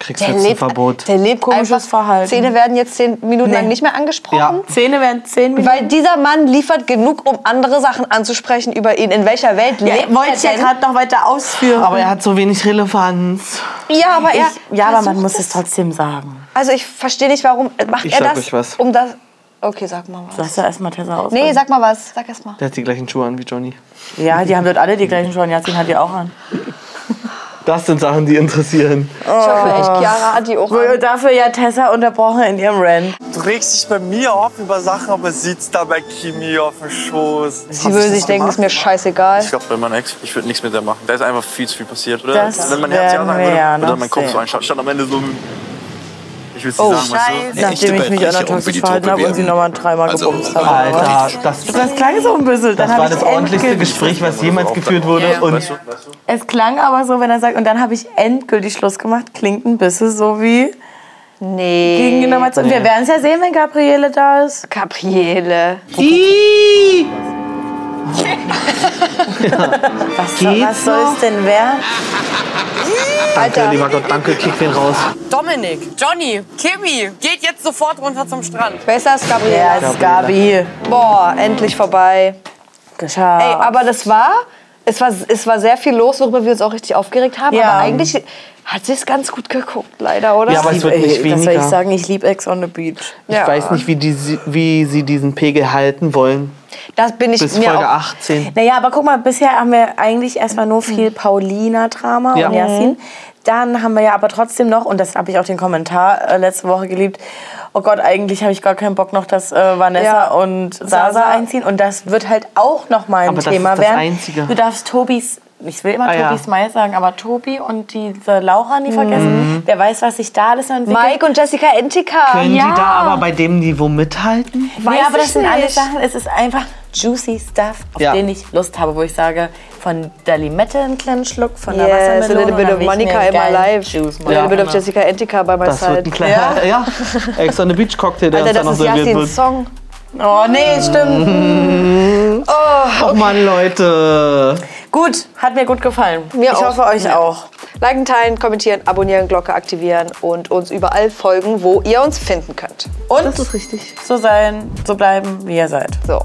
[SPEAKER 3] Kriegst
[SPEAKER 1] Der
[SPEAKER 3] jetzt ein
[SPEAKER 1] lebt,
[SPEAKER 3] Verbot.
[SPEAKER 1] der lebt
[SPEAKER 2] Komisches
[SPEAKER 1] einfach.
[SPEAKER 2] Verhalten.
[SPEAKER 1] Zähne werden jetzt zehn Minuten lang
[SPEAKER 2] Nee.
[SPEAKER 1] nicht mehr angesprochen.
[SPEAKER 3] Ja.
[SPEAKER 2] Zähne werden zehn Minuten.
[SPEAKER 1] Weil dieser Mann liefert genug, um andere Sachen anzusprechen über ihn. In welcher Welt
[SPEAKER 2] Ja,
[SPEAKER 1] lebt
[SPEAKER 2] wollte
[SPEAKER 1] er
[SPEAKER 2] ich ja
[SPEAKER 1] denn?
[SPEAKER 2] gerade noch weiter ausführen.
[SPEAKER 3] Aber er hat so wenig Relevanz.
[SPEAKER 1] ja, aber er
[SPEAKER 2] ich, ja, aber man
[SPEAKER 1] versucht
[SPEAKER 2] muss es trotzdem sagen.
[SPEAKER 1] Also ich verstehe nicht, warum macht
[SPEAKER 3] Ich
[SPEAKER 1] er
[SPEAKER 3] sag
[SPEAKER 1] das,
[SPEAKER 3] euch was.
[SPEAKER 1] um das... Okay, sag mal was.
[SPEAKER 2] Lass ja erstmal Tessa aus.
[SPEAKER 1] Nee, sag mal was. Sag erst mal.
[SPEAKER 3] Der hat die gleichen Schuhe an wie Johnny.
[SPEAKER 2] Ja, die haben dort alle die gleichen Schuhe. und Jazin hat die auch an.
[SPEAKER 3] Das sind Sachen, die interessieren.
[SPEAKER 1] Ich hoffe echt, Oh. Chiara hat die auch
[SPEAKER 2] Wurde
[SPEAKER 1] an.
[SPEAKER 2] dafür ja Tessa unterbrochen in ihrem Rant.
[SPEAKER 8] Du regst dich bei mir auf über Sachen, aber sitzt da bei Kimi auf dem Schoß.
[SPEAKER 1] Sie würde sich denken, ist mir scheißegal.
[SPEAKER 11] Ich glaube, bei meinem Ex, ich würde nichts mit der machen. Da ist einfach viel zu viel passiert, oder?
[SPEAKER 2] Das
[SPEAKER 11] Wenn mein Herz ja
[SPEAKER 2] werden
[SPEAKER 11] sagen
[SPEAKER 2] wir
[SPEAKER 11] würde,
[SPEAKER 2] ja noch
[SPEAKER 11] würde mein Kopf
[SPEAKER 2] sehen. Oh,
[SPEAKER 11] so einschalten. Stand am Ende so. Ich will es nicht sagen, weißt du?
[SPEAKER 2] Nachdem ich mich
[SPEAKER 7] Welche, um für
[SPEAKER 2] anatomisch
[SPEAKER 7] die
[SPEAKER 2] verhalten
[SPEAKER 7] Truppe
[SPEAKER 2] habe und sie
[SPEAKER 7] werden.
[SPEAKER 2] nochmal dreimal
[SPEAKER 7] Also,
[SPEAKER 2] gebumst habe.
[SPEAKER 3] Alter, das, das
[SPEAKER 2] Oh, Das klang so ein bisschen. Dann
[SPEAKER 3] war
[SPEAKER 2] habe
[SPEAKER 3] das
[SPEAKER 2] ich
[SPEAKER 3] ordentlichste
[SPEAKER 2] endgültig.
[SPEAKER 3] Gespräch, was jemals geführt wurde. Und
[SPEAKER 2] Es klang aber so, wenn er sagt, und dann habe ich endgültig Schluss gemacht, klingt ein bisschen so wie
[SPEAKER 1] Nee.
[SPEAKER 2] gegengenommen. Und wir werden es ja sehen, wenn Gabriele da ist.
[SPEAKER 1] Gabriele.
[SPEAKER 3] <laughs> Ih!
[SPEAKER 2] Was, soll- was soll es denn werden?
[SPEAKER 3] Danke, lieber Gott, danke, kick den raus.
[SPEAKER 5] Dominik, Johnny, Kimi, geht jetzt sofort runter zum Strand.
[SPEAKER 1] Wer ist das? Gabriele.
[SPEAKER 2] Ja, es ist Gabi.
[SPEAKER 1] Boah, endlich vorbei.
[SPEAKER 2] Geschafft.
[SPEAKER 1] Ey, aber das war, es war, es war sehr viel los, worüber wir uns auch richtig aufgeregt haben.
[SPEAKER 2] Ja.
[SPEAKER 1] Aber eigentlich hat sie es ganz gut geguckt, leider, oder?
[SPEAKER 3] Ja, aber es wird
[SPEAKER 2] Ey,
[SPEAKER 3] nicht
[SPEAKER 2] das soll ich
[SPEAKER 3] weniger.
[SPEAKER 2] sagen, ich liebe Ex on the Beach.
[SPEAKER 3] Ich weiß nicht, wie, die, wie sie diesen Pegel halten wollen.
[SPEAKER 1] Das bin ich
[SPEAKER 3] Bis
[SPEAKER 1] mir
[SPEAKER 3] Folge
[SPEAKER 1] auch.
[SPEAKER 3] 18.
[SPEAKER 2] Naja, aber guck mal, bisher haben wir eigentlich erstmal nur viel Paulina-Drama
[SPEAKER 3] Ja.
[SPEAKER 2] und Yasin. Dann haben wir ja aber trotzdem noch, und das habe ich auch den Kommentar äh, letzte Woche geliebt, oh Gott, eigentlich habe ich gar keinen Bock noch, dass äh, Vanessa
[SPEAKER 1] Ja.
[SPEAKER 2] und Sasa,
[SPEAKER 1] Sasa.
[SPEAKER 2] einziehen. Und das wird halt auch noch mal ein
[SPEAKER 3] Aber das
[SPEAKER 2] Thema
[SPEAKER 3] ist das
[SPEAKER 2] werden.
[SPEAKER 3] Einzige.
[SPEAKER 2] Du darfst Tobis, ich will immer
[SPEAKER 3] Ah, ja.
[SPEAKER 2] Tobis Mai sagen, aber Tobi und diese Laura nie vergessen. Wer weiß, was sich da alles noch entwickelt.
[SPEAKER 1] Mike und Jessica Entika.
[SPEAKER 3] Können
[SPEAKER 2] Ja.
[SPEAKER 3] die da aber bei dem Niveau mithalten?
[SPEAKER 1] Weiß
[SPEAKER 2] ja, aber
[SPEAKER 1] ich
[SPEAKER 2] das sind alles
[SPEAKER 1] nicht.
[SPEAKER 2] Sachen, es ist einfach juicy Stuff, auf
[SPEAKER 3] Ja.
[SPEAKER 2] den ich Lust habe, wo ich sage, von der Limette einen kleinen Schluck, von der
[SPEAKER 1] Yes, a
[SPEAKER 2] Wassermelone.
[SPEAKER 1] little bit of Monica in my life.
[SPEAKER 2] Juice, genau.
[SPEAKER 1] a little bit of Jessica Entica by my
[SPEAKER 3] Das wird
[SPEAKER 1] side.
[SPEAKER 3] ein kleiner. Ja. Ex on the Beach Cocktail, der
[SPEAKER 1] halt, Alter,
[SPEAKER 3] uns dann
[SPEAKER 1] das
[SPEAKER 3] noch
[SPEAKER 1] ist
[SPEAKER 3] serviert
[SPEAKER 1] Yassins
[SPEAKER 3] wird.
[SPEAKER 1] Song.
[SPEAKER 2] Oh nee, stimmt.
[SPEAKER 3] Oh Mann, Leute.
[SPEAKER 2] Gut, hat mir gut gefallen.
[SPEAKER 1] Mir
[SPEAKER 2] ich
[SPEAKER 1] auch.
[SPEAKER 2] hoffe euch auch.
[SPEAKER 1] Liken, teilen, kommentieren, abonnieren, Glocke aktivieren und uns überall folgen, wo ihr uns finden könnt.
[SPEAKER 2] Und das ist richtig. so sein, so bleiben, wie ihr seid.
[SPEAKER 1] So.